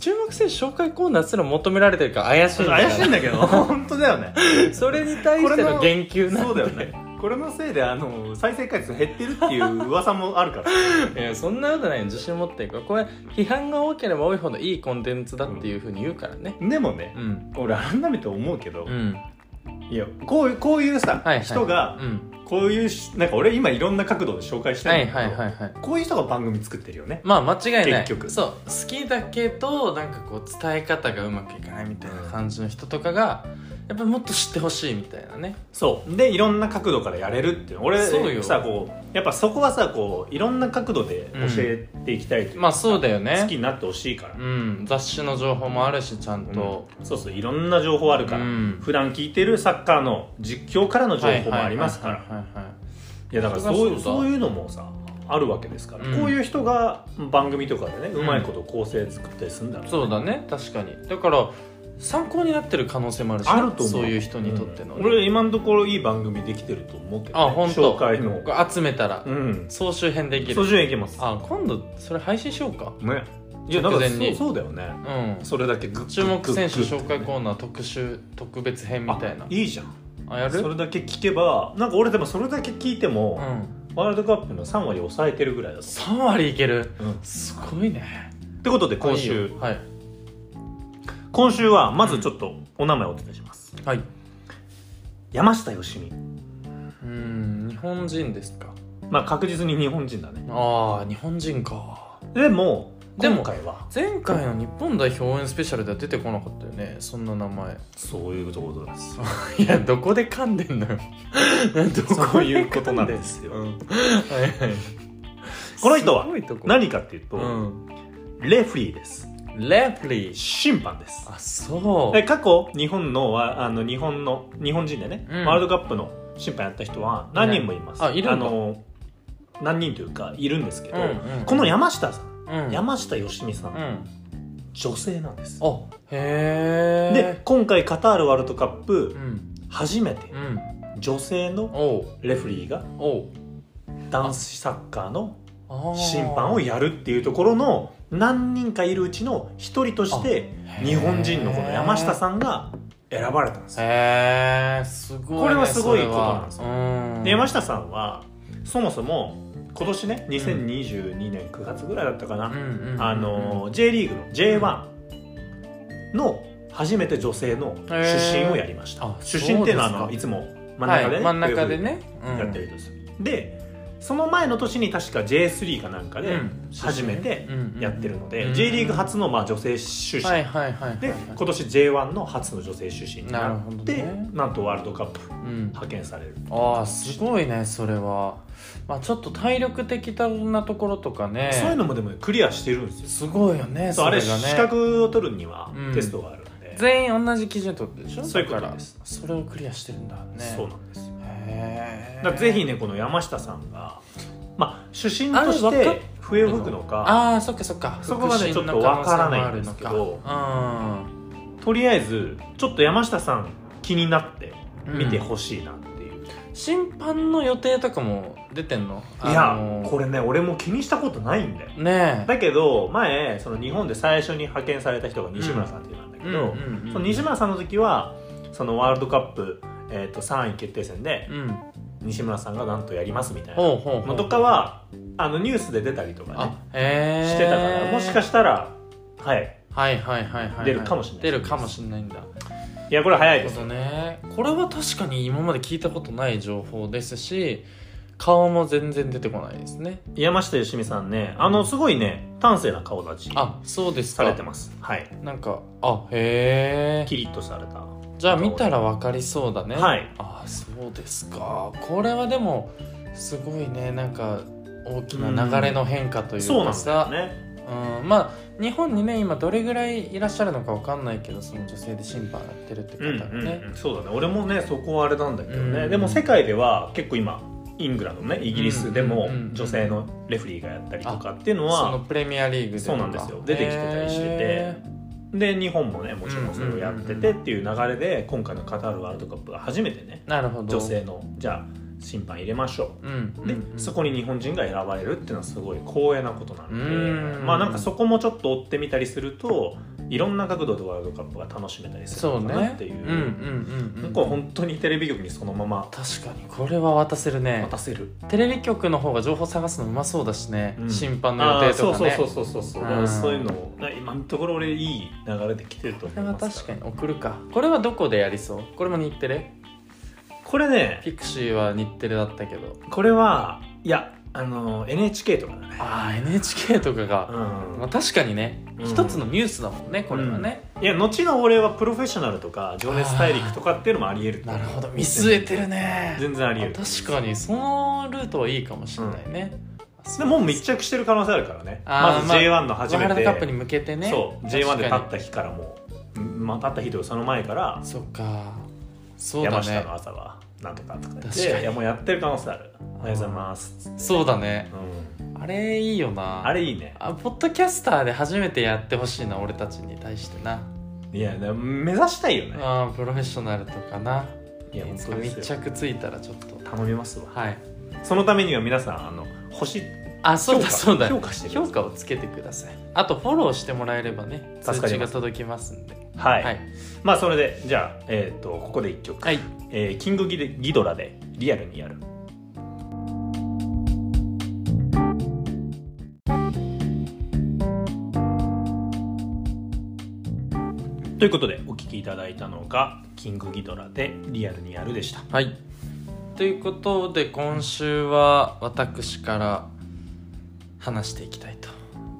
Speaker 1: 注目選手紹介コーナーすら求められてるから怪しいんだから
Speaker 2: 怪しいんだけ ど本当だよね
Speaker 1: それに対しての言及なんて
Speaker 2: そうだよねこれのせいであの再生回数減ってるっていう噂もあるから
Speaker 1: いやそんなことないよ自信持っていこうこれ批判が多ければ多いほどいいコンテンツだっていうふうに言うからね
Speaker 2: でもね
Speaker 1: うん
Speaker 2: 俺改めて思うけど、
Speaker 1: うん
Speaker 2: いやこういうこういうさ、
Speaker 1: はいはい
Speaker 2: 人が
Speaker 1: うん
Speaker 2: こういうしなんか俺今いろんな角度で紹介した
Speaker 1: はいい
Speaker 2: んだけど、
Speaker 1: はいはいはい
Speaker 2: こういう人が番組作ってるよね
Speaker 1: まあ間違いない
Speaker 2: 結局
Speaker 1: そう好きだけどなんかこう伝え方がうまくいかないみたいな感じの人とかがやっぱりもっと知ってほしいみたいなね
Speaker 2: そうでいろんな角度からやれるっていう俺
Speaker 1: そうよ
Speaker 2: さこうやっぱそこはさこういろんな角度で教えていきたいというか
Speaker 1: まあそうだよ
Speaker 2: 好き
Speaker 1: ね
Speaker 2: になってほしいから、
Speaker 1: うん雑誌の情報もあるしちゃんと、
Speaker 2: そうそういろんな情報あるか
Speaker 1: う
Speaker 2: ら、
Speaker 1: ん
Speaker 2: 普段聞いてるサッカーの実況からの情報もありますから、
Speaker 1: はいはいはいはい
Speaker 2: いやだからそういう
Speaker 1: そりゃそうだ
Speaker 2: そういうのもさあるわけですから、
Speaker 1: うん
Speaker 2: こういう人が番組とかでね
Speaker 1: ん
Speaker 2: うまいこと構成作ったりするんだろうね、
Speaker 1: そうだね確かにだから参考になってる可能性もあるしね
Speaker 2: あると思う
Speaker 1: そういう人にとっての、
Speaker 2: うん俺今のところいい番組できてると思うけど、ね、
Speaker 1: あ本当
Speaker 2: 紹介の
Speaker 1: 集めたら、
Speaker 2: うん
Speaker 1: 総集編でき
Speaker 2: 総
Speaker 1: る
Speaker 2: 集編いけます
Speaker 1: あ今度それ配信しようか
Speaker 2: ねいやなんか
Speaker 1: 直
Speaker 2: そ
Speaker 1: 前
Speaker 2: う
Speaker 1: に
Speaker 2: そうだよね
Speaker 1: うん
Speaker 2: それだけグッグッ
Speaker 1: 注目選手
Speaker 2: グッグッ
Speaker 1: 紹介コーナー特集特別編みたいな
Speaker 2: あいいじゃん
Speaker 1: あやる
Speaker 2: それだけ聞けばなんか俺でもそれだけ聞いて
Speaker 1: う
Speaker 2: も、
Speaker 1: ん
Speaker 2: ワールドカップの3割抑えてるぐらいだと、
Speaker 1: 3割いける
Speaker 2: うん、っ
Speaker 1: すごいね
Speaker 2: てことで今
Speaker 1: あい
Speaker 2: 週
Speaker 1: いよはい
Speaker 2: 今週はまずちょっとお名前をお伝えします、
Speaker 1: はい
Speaker 2: 山下良美
Speaker 1: うん日本人ですか
Speaker 2: まあ確実に日本人だね
Speaker 1: ああ日本人か
Speaker 2: でも
Speaker 1: でも
Speaker 2: 今回は
Speaker 1: 前回の日本代表応援スペシャルでは出てこなかったよねそんな名前
Speaker 2: そういうこと です
Speaker 1: いやどこで噛んでんのよ ど
Speaker 2: そういうことなんですよ、
Speaker 1: はいはい
Speaker 2: この人は
Speaker 1: すごいとこ
Speaker 2: 何かっていうと、
Speaker 1: うん
Speaker 2: レフリーです
Speaker 1: レフリー
Speaker 2: 審判です
Speaker 1: あそう
Speaker 2: え過去日本のはあの日本の日本人でね、
Speaker 1: うん
Speaker 2: ワールドカップの審判やった人は何人もいます、
Speaker 1: ねあいるんだ
Speaker 2: の何人というかいるんですけど、
Speaker 1: うんうん
Speaker 2: この山下さん、
Speaker 1: うん
Speaker 2: 山下良美さん、
Speaker 1: うん
Speaker 2: 女性なんです
Speaker 1: あへえ
Speaker 2: で今回カタールワールドカッ
Speaker 1: う
Speaker 2: プ
Speaker 1: ん
Speaker 2: 初めて
Speaker 1: うん
Speaker 2: 女性の
Speaker 1: おう
Speaker 2: レフリーが
Speaker 1: おう
Speaker 2: 男子サッカーの
Speaker 1: あー
Speaker 2: 審判をやるっていうところの何人かいるうちの一人として
Speaker 1: あ
Speaker 2: 日本人のこの山下さんが選ばれたんですよ
Speaker 1: へえすごいね
Speaker 2: これはすごい
Speaker 1: それは
Speaker 2: ことなんですよ
Speaker 1: うん
Speaker 2: で山下さんはそもそも今年ね2022年9月ぐらいだったかな、
Speaker 1: うんうんうんうん
Speaker 2: あの J リーグの J1 の初めて女性の主審をやりました、
Speaker 1: へーあ
Speaker 2: 主審っていうのはあ
Speaker 1: そう
Speaker 2: の
Speaker 1: で
Speaker 2: い
Speaker 1: す
Speaker 2: つも真ん中で
Speaker 1: は
Speaker 2: ね,、
Speaker 1: い真ん中でね
Speaker 2: やってるんですよでその前の年に確か J3 かなんか
Speaker 1: うん
Speaker 2: で
Speaker 1: うん
Speaker 2: 初めて
Speaker 1: うんうん
Speaker 2: やってるので、
Speaker 1: うん
Speaker 2: J リーグ初のまあ女性主審、
Speaker 1: はいはいはいはい
Speaker 2: で今年 J1 の初の女性主審にな
Speaker 1: なるほ
Speaker 2: っ
Speaker 1: ど
Speaker 2: て
Speaker 1: ね
Speaker 2: なんとワールドカップ
Speaker 1: うん
Speaker 2: 派遣される
Speaker 1: ああすごいねそれは、まあ、ちょっと体力的なところとかね
Speaker 2: そういうのもでもクリアしてるんですよ
Speaker 1: すごいよね
Speaker 2: そうあれ
Speaker 1: がね
Speaker 2: 資格を取るには
Speaker 1: うん
Speaker 2: テストがあるんで、
Speaker 1: 全員同じ基準ってことでしょ
Speaker 2: そういうこと
Speaker 1: だから
Speaker 2: です
Speaker 1: それをクリアしてるんだね
Speaker 2: そうなんです
Speaker 1: へえ
Speaker 2: だからぜひねこの山下さんが、まあ、主審
Speaker 1: あれ
Speaker 2: とし
Speaker 1: わか
Speaker 2: て笛を吹くのか
Speaker 1: ああそっかそっか
Speaker 2: そこが
Speaker 1: 腹
Speaker 2: ね
Speaker 1: 心の可能性もあるの
Speaker 2: ちょっとわとりあえずちょっと山下さん気になって
Speaker 1: うん
Speaker 2: 見てほしいなっていう、
Speaker 1: 審判の予定とかも出てんの
Speaker 2: いやこ
Speaker 1: れ
Speaker 2: れね俺も気にしたことないんだよ
Speaker 1: ねえ
Speaker 2: だけど前その日本で最初に派遣された人が西村さんっていうなんだけど、
Speaker 1: うん
Speaker 2: その西村さんの時はそのワールドカップ、えー、と3位決定戦で
Speaker 1: うん
Speaker 2: 西村さんがなんとやりますみたいな
Speaker 1: ほうほうほ
Speaker 2: の
Speaker 1: う
Speaker 2: とかはあのニュースで出たりとかね
Speaker 1: あへえ
Speaker 2: してたからもしか
Speaker 1: し
Speaker 2: したらはい
Speaker 1: はいはいはいはい
Speaker 2: 出るかもしれない
Speaker 1: 出るかもしれないんだ
Speaker 2: いやこれ早い
Speaker 1: な
Speaker 2: で
Speaker 1: る
Speaker 2: す
Speaker 1: ほどねこれは確かに今まで聞いたことない情報ですし顔も全然出てこないですね
Speaker 2: 山下良美さんねあのすごいね端正な顔立ち
Speaker 1: あそうです
Speaker 2: さ
Speaker 1: か
Speaker 2: れてますはい
Speaker 1: なんかあへえ
Speaker 2: キリッとされた
Speaker 1: じゃあ見たら分かりそうだね
Speaker 2: はい
Speaker 1: あそうですかこれはでもすごいねなんか大きな流れの変化という
Speaker 2: そうな
Speaker 1: か
Speaker 2: んだ
Speaker 1: さ
Speaker 2: よね
Speaker 1: うんまあ日本にね今どれぐらいいらっしゃるのかわかんないけどその女性で審判やってるって
Speaker 2: うん
Speaker 1: 方がね
Speaker 2: うんうんそうだね俺もねそこはあれなんだけど
Speaker 1: う
Speaker 2: ね
Speaker 1: ん
Speaker 2: でも世界では結構今イングランドねイギリスで
Speaker 1: う
Speaker 2: も
Speaker 1: んうんうん
Speaker 2: 女性のレフェリーがやったりとかっていうの
Speaker 1: その
Speaker 2: は
Speaker 1: プレミアリーグでとか
Speaker 2: そうなんですよ出てきてたりしてて
Speaker 1: へー
Speaker 2: で日本もねもちろんそれをやっててっていう流れで今回のカタールワールドカップが初めてね
Speaker 1: なるほど
Speaker 2: 女性のじゃあ審判入れましょ
Speaker 1: うん
Speaker 2: うで、
Speaker 1: うんうん
Speaker 2: そこに日本人が選ばれるっていうのはすごい光栄なことなので
Speaker 1: うん
Speaker 2: まあなんかそこもちょっと追ってみたりするといろんな角度でワールドカップが楽しめたりする
Speaker 1: そう
Speaker 2: のかな
Speaker 1: ね
Speaker 2: っていう
Speaker 1: うんうんうんうん
Speaker 2: なんか本当にテレビ局にそのまま
Speaker 1: 確かにこれは渡せるね
Speaker 2: 渡せる、
Speaker 1: テレビ局の方が情報探すのうまそうだしね、
Speaker 2: うん
Speaker 1: 審判の
Speaker 2: あ
Speaker 1: 予
Speaker 2: ー
Speaker 1: 定とかね
Speaker 2: そうそうそうそうそうだからそういうのを今のところ俺いい流れで来てると
Speaker 1: こ
Speaker 2: 思
Speaker 1: れ
Speaker 2: い
Speaker 1: は
Speaker 2: ます
Speaker 1: 確か
Speaker 2: に
Speaker 1: に送るかこれはどこでやりそうこれも日テレ
Speaker 2: これね
Speaker 1: ピクシーは日テレだったけど
Speaker 2: これはいやあの NHK とかだね
Speaker 1: ああ NHK とかが、
Speaker 2: うん
Speaker 1: まあ、確かにね
Speaker 2: うん
Speaker 1: 一つのニュースだもんねこれはね、
Speaker 2: いや後の俺はプロフェッショナルとか情熱大陸とかっていうのもあり得る
Speaker 1: なるほど見据えてるね
Speaker 2: 全然あり得る
Speaker 1: あ確かにそのルートはいいかもしれないね、
Speaker 2: でもう密着してる可能性あるからね
Speaker 1: あー
Speaker 2: まず
Speaker 1: まあ
Speaker 2: J1 の初
Speaker 1: ワ
Speaker 2: め
Speaker 1: ールド
Speaker 2: て、
Speaker 1: カップに向けてね
Speaker 2: そう J1 で立
Speaker 1: 確
Speaker 2: っ
Speaker 1: か
Speaker 2: た日からもう、まあ、立った日というかその前から
Speaker 1: にそっかそうだ
Speaker 2: 山下の
Speaker 1: ね
Speaker 2: 朝はなんとかとか言っ
Speaker 1: 確か
Speaker 2: て
Speaker 1: に
Speaker 2: いやもうやってる可能性あるおはようございます、
Speaker 1: そうだね
Speaker 2: うん、
Speaker 1: あれいいよな
Speaker 2: あれいいね
Speaker 1: あポッドキャスターで初めてやってほしいな俺たちに対してない
Speaker 2: やでも目指したいよね
Speaker 1: あープロフェッショナルとかない
Speaker 2: や
Speaker 1: い
Speaker 2: 本
Speaker 1: つ
Speaker 2: 当
Speaker 1: か
Speaker 2: で
Speaker 1: 密
Speaker 2: すよ
Speaker 1: 着ついたらちょっと
Speaker 2: 頼みますわ
Speaker 1: はい
Speaker 2: そのためには皆さんあの星
Speaker 1: あそうだそうだ
Speaker 2: 評価してくだ
Speaker 1: 評
Speaker 2: さい
Speaker 1: 価をつけてくださいあとフォローしてもらえればね
Speaker 2: 助
Speaker 1: 通
Speaker 2: かり
Speaker 1: 知
Speaker 2: ま
Speaker 1: が
Speaker 2: す
Speaker 1: 届きますんで
Speaker 2: は、
Speaker 1: はい
Speaker 2: まあそれでじゃあ、えー、とここで一曲
Speaker 1: はい
Speaker 2: えーキングギギドラでリアルにやるということでお聞きいただいたのが「キングギドラ」で「リアルにやる」でした
Speaker 1: はいということで今週は私から話していきたいと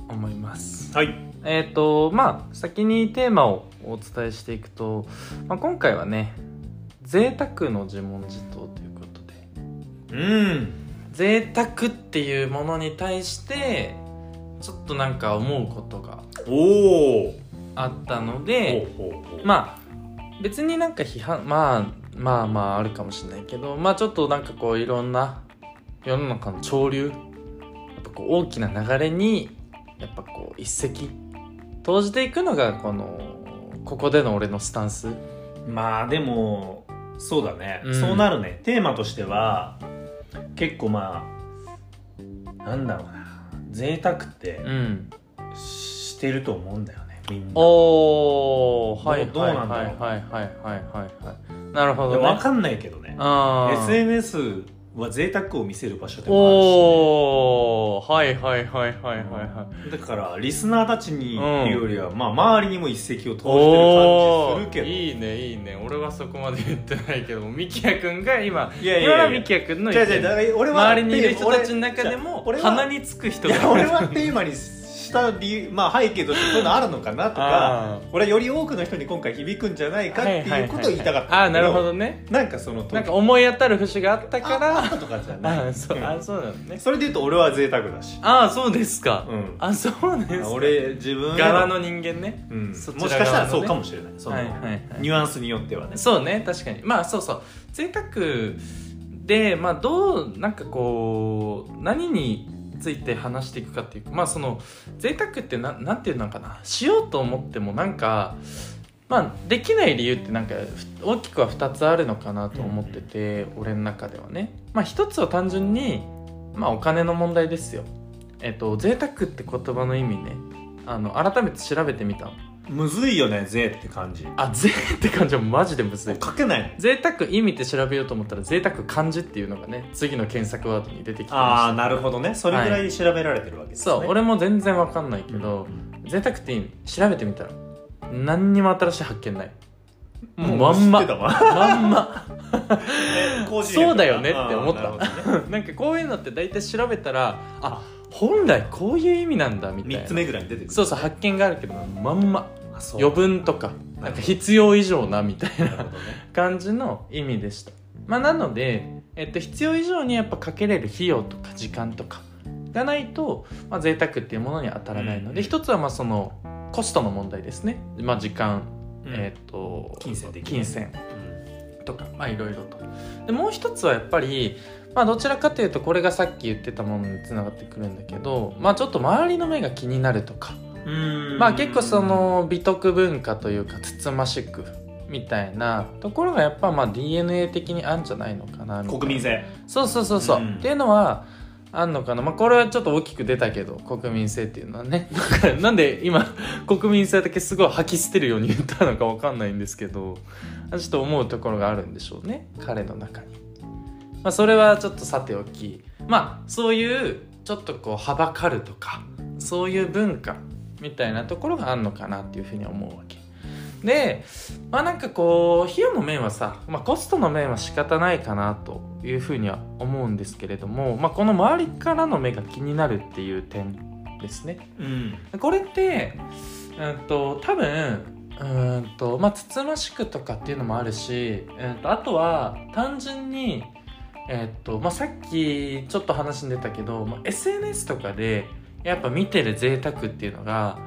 Speaker 1: 思います
Speaker 2: はい
Speaker 1: えっ、とまあ先にテーマをお伝えしていくと、まあ、今回はね贅沢の自問自答ということで
Speaker 2: うん
Speaker 1: 贅沢っていうものに対してちょっとなんか思うことが
Speaker 2: おお
Speaker 1: あったの
Speaker 2: ほ
Speaker 1: で
Speaker 2: うほうほう
Speaker 1: まあ別になんか批判まあまあまああるかもしれないけどまあちょっとなんかこういろんな世の中の潮流やっぱこう大きな流れにやっぱこう一石投じていくのがこのここでの俺のスタンス
Speaker 2: まあでもそうだね、
Speaker 1: うん
Speaker 2: そうなるねテーマとしては結構まあなんだろうな贅沢って
Speaker 1: うん
Speaker 2: してると思うんだよねみんな
Speaker 1: おーはい
Speaker 2: どう
Speaker 1: はい
Speaker 2: どうなんだ
Speaker 1: はい
Speaker 2: ろう
Speaker 1: はいはいはいはいはいなるほどね
Speaker 2: 分かんないけどね
Speaker 1: あー
Speaker 2: SNS は贅沢を見せる場所でも
Speaker 1: おーはいはいはいはいはいはい
Speaker 2: あるし、ね、だからリスナーたちに
Speaker 1: うん
Speaker 2: っていうよりは、まあ、周りにも一石を投じ
Speaker 1: お
Speaker 2: てる感じするけど
Speaker 1: いいねいいね俺はそこまで言ってないけどミキヤくんが今
Speaker 2: いやいやいや
Speaker 1: 今のミキヤくんの意
Speaker 2: 違う違うだ
Speaker 1: 見
Speaker 2: から俺は
Speaker 1: 周りにいる人たちの中で
Speaker 2: 違う
Speaker 1: も
Speaker 2: 俺は
Speaker 1: 鼻につく人
Speaker 2: いや
Speaker 1: が
Speaker 2: 俺はテーマにしした理由、まあ、背景としてそういうのあるのかなと
Speaker 1: あ
Speaker 2: か俺はより多くの人に今回響くんじゃないかっていうことを言いたかった
Speaker 1: ああー
Speaker 2: ん
Speaker 1: な
Speaker 2: だ
Speaker 1: る
Speaker 2: け
Speaker 1: ほどね
Speaker 2: なんかその
Speaker 1: なんか思い当たる節があったか
Speaker 2: あ
Speaker 1: ら
Speaker 2: あとかじゃない
Speaker 1: あそう
Speaker 2: うん
Speaker 1: あそうなのね
Speaker 2: それで言うと俺は贅沢だし、
Speaker 1: ああそうですか、
Speaker 2: うん
Speaker 1: あそうですか
Speaker 2: 俺自分へ
Speaker 1: 柄の人間ね、
Speaker 2: うん、もし
Speaker 1: そち
Speaker 2: からした
Speaker 1: 側の
Speaker 2: ら
Speaker 1: ね
Speaker 2: そうかもしれないその、
Speaker 1: はいはいはい
Speaker 2: ニュアンスによってはね
Speaker 1: そうね確かにまあそうそう贅沢でまあどうなんかこう何について話していくかっていうかまあその贅沢ってななんていうのかなしようと思ってもなんかまあできない理由ってなんかふ大きくは2つあるのかなと思ってて、俺の中ではねまあ一つは単純にまあお金の問題ですよえっと贅沢って言葉の意味ねあの改めて調べてみたの
Speaker 2: むずいよね「ぜ」って感じ
Speaker 1: あ贅って感じはマジでむずい
Speaker 2: 書けないの
Speaker 1: 贅沢意味って調べようと思ったら贅沢漢字っていうのがね次の検索ワードに出てきて
Speaker 2: ああ
Speaker 1: まし
Speaker 2: なるほどねそれぐらい調べられてるわけで
Speaker 1: た
Speaker 2: すね、
Speaker 1: そう俺も全然わかんないけ
Speaker 2: うん
Speaker 1: ど、贅沢って意味調べてみたら何にも新しい発見 ないもう
Speaker 2: も
Speaker 1: ま
Speaker 2: うん知っ
Speaker 1: ま
Speaker 2: て たわ
Speaker 1: まんま
Speaker 2: 甲子園
Speaker 1: そうだよねって思った
Speaker 2: あーなる ほどね
Speaker 1: なんかこういうのって大体調べたらあ本来こういう意味なんだみたいな
Speaker 2: 3つ目ぐらいに出てくる
Speaker 1: そうそう発見があるけどまんま
Speaker 2: あそう
Speaker 1: 余分とかなんか必要以上なみたい
Speaker 2: なる
Speaker 1: な
Speaker 2: ほどね
Speaker 1: 感じの意味でした、まあ、なので、えっと、必要以上にやっぱかけれる費用とか時間とかがないと、まあ、贅沢っていうものに当たらないので、
Speaker 2: うん
Speaker 1: 一つはまあそのコストの問題ですね、まあ、時間、 えっと
Speaker 2: 金銭的に
Speaker 1: 金銭
Speaker 2: うん
Speaker 1: とかまあいろいろとでもう一つはやっぱりまあどちらかというとこれがさっき言ってたものにつながってくるんだけどまあちょっと周りの目が気になるとか
Speaker 2: うん
Speaker 1: まあ結構その美徳文化というかつつましくみたいなところがやっぱまあ DNA 的にあるんじゃないのかなみたいな
Speaker 2: 国民性
Speaker 1: そうそうそうそう、
Speaker 2: うん
Speaker 1: っていうのはあんのかなまあこれはちょっと大きく出たけど国民性っていうのはねなんかなんで今国民性だけすごい吐き捨てるように言ったのかわかんないんですけどちょっと思うところがあるんでしょうね彼の中に、まあ、それはちょっとさておきまあそういうちょっとこうはばかるとかそういう文化みたいなところがあんのかなっていうふうに思うわけでまあなんかこう費用の面はさ、まあ、コストの面は仕方ないかなというふうには思うんですけれども、まあ、この周りからの目が気になるっていう点ですね
Speaker 2: うん
Speaker 1: これって、うん、と多分うんとまあつつましくとかっていうのもあるし、うん、とあとは単純に、えっとまあ、さっきちょっと話に出たけど、まあ、SNS とかでやっぱ見てる贅沢っていうのが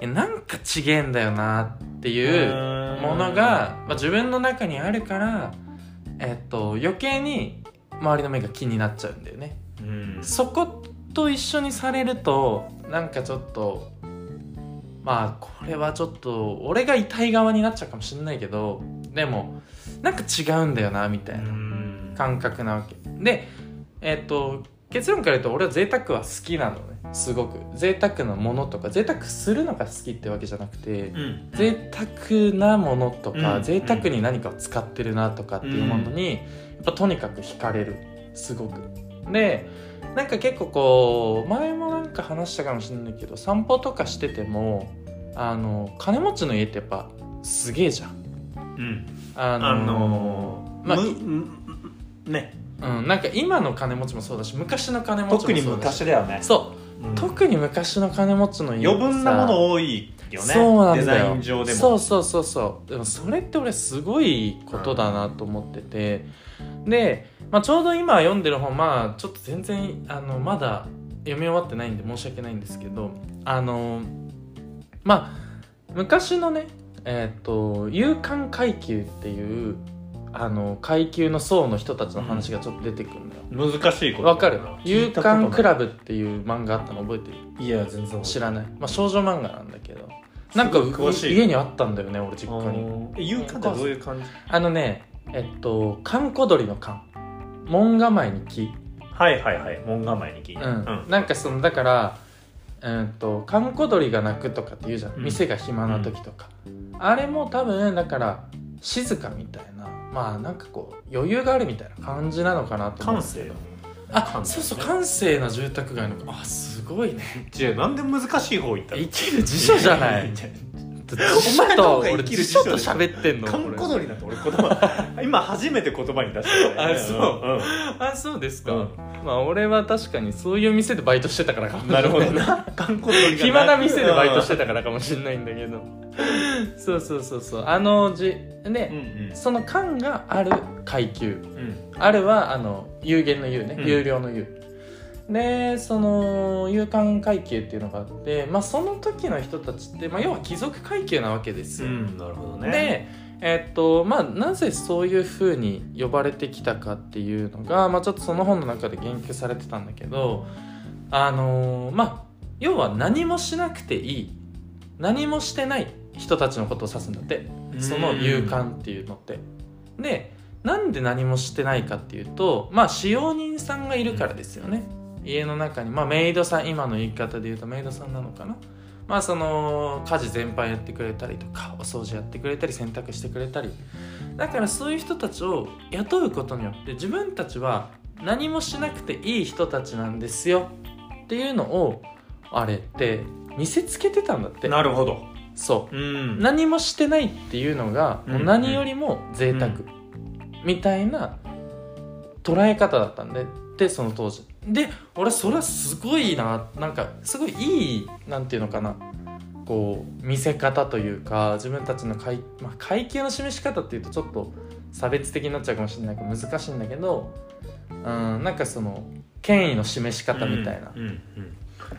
Speaker 1: いやなんかちげえんだよなっていうものが、まあ、自分の中にあるから、えっと余計に周りの目が気になっちゃうんだよね。
Speaker 2: うん
Speaker 1: そこと一緒にされるとなんかちょっとまあこれはちょっと俺が痛い側になっちゃうかもしれないけどでもなんか違うんだよなみたいな
Speaker 2: うん
Speaker 1: 感覚なわけでえっ、と結論から言うと俺は贅沢は好きなのねすごく贅沢なものとか贅沢するのが好きってわけじゃなくて
Speaker 2: うん
Speaker 1: 贅沢なものとか、
Speaker 2: うん
Speaker 1: 贅沢に何かを使ってるなとかっていうものに、やっぱとにかく惹かれるすごく。でなんか結構こう前もなんか話したかもしれないけど散歩とかしててもあの金持ちの家ってやっぱすげえじゃん。
Speaker 2: うん
Speaker 1: あの
Speaker 2: あのー
Speaker 1: まあ
Speaker 2: むむね
Speaker 1: うん、なんか今の金持ちもそうだし昔の金持ちもそうだし
Speaker 2: 特に昔だよね
Speaker 1: そうう、
Speaker 2: ん
Speaker 1: 特に昔の金持ちの家
Speaker 2: 余分なも
Speaker 1: を
Speaker 2: の多いよね
Speaker 1: そうなんだよ
Speaker 2: デザイン上でも
Speaker 1: そうそうそうそうでもそれって俺すごいことだなと思ってて、で、まあ、ちょうど今読んでる本まあちょっと全然あのまだ読み終わってないんで申し訳ないんですけどあのまあ昔のねえっ、と有官階級っていうあの階級の層の人たちの話がちょっと出てくるのよ、
Speaker 2: 難しいこと
Speaker 1: わかる勇
Speaker 2: 聞いたことない
Speaker 1: 敢クラブっていう漫画あったの覚えてる
Speaker 2: いや全然
Speaker 1: 知
Speaker 2: ら
Speaker 1: らない、まあ、少女漫画なんだけどなんか
Speaker 2: すごい詳しい
Speaker 1: 家にあったんだよね俺実家に
Speaker 2: え勇敢ってどういう感じ
Speaker 1: あのねえっと閑古鳥の閑門構えに木、
Speaker 2: はいはいはい門構えに聞い
Speaker 1: うん
Speaker 2: たうん
Speaker 1: なんかそのだからうんと閑古鳥が鳴くとかって言うじゃん、
Speaker 2: うん
Speaker 1: 店が暇な時とか、あれも多分だから静かみたいなまあなんかこう余裕があるみたいな感じなのかなと思う
Speaker 2: 感性だもん
Speaker 1: あ
Speaker 2: 感性
Speaker 1: そうそう閑静な住宅街のあすごいね
Speaker 2: 違うなんで難しい方行ったの
Speaker 1: 生きる辞書じゃないい
Speaker 2: ややや
Speaker 1: って辞書と
Speaker 2: お前の方が
Speaker 1: 俺
Speaker 2: 生きる
Speaker 1: 辞
Speaker 2: 辞書
Speaker 1: 書
Speaker 2: で
Speaker 1: と喋ってんの
Speaker 2: かん
Speaker 1: 俺
Speaker 2: こ鳥なんて俺 言葉今初めて言葉に出したからね
Speaker 1: あそうんあそうですか、
Speaker 2: うん
Speaker 1: まあ俺は確かにそういう店でバイトしてたからかもしれ
Speaker 2: ないるほど なかんこ鳥が
Speaker 1: 暇な店でバイトしててたからかもしれないんだけどそうそうそうそうあのじ
Speaker 2: うん
Speaker 1: ね、その缶がある階級
Speaker 2: うんうん
Speaker 1: あるはあの有限の有ね、
Speaker 2: うん
Speaker 1: 有料の有でその有感階級っていうのがあって、まあ、その時の人たちって、まあ、要は貴族階級なわけです
Speaker 2: う
Speaker 1: よ、
Speaker 2: んなるほどね
Speaker 1: でえっとまあ、なぜそういうふうに呼ばれてきたかっていうのが、まあ、ちょっとその本の中で言及されてたんだけどあのーまあ要は何もしなくていい何もしてない人たちのことを指すんだってその勇敢っていうのって。でなんで何もしてないかっていうとまあ使用人さんがいるからですよね。家の中に、まあ、メイドさん今の言い方で言うとメイドさんなのかな。まあその家事全般やってくれたりとかお掃除やってくれたり洗濯してくれたりだからそういう人たちを雇うことによって自分たちは何もしなくていい人たちなんですよっていうのをあれって見せつけてたんだって
Speaker 2: なるほど
Speaker 1: そう
Speaker 2: うん
Speaker 1: 何もしてないっていうのが、
Speaker 2: うん
Speaker 1: もう何よりも贅沢、
Speaker 2: うん
Speaker 1: みたいな捉え方だったんででその当時で俺それはすごいななんかすごいいいなんていうのかなこう見せ方というか自分たちの階,、まあ、階級の示し方っていうとちょっと差別的になっちゃうかもしれないから難しいんだけどうんなんかその権威の示し方みたいな
Speaker 2: うんうん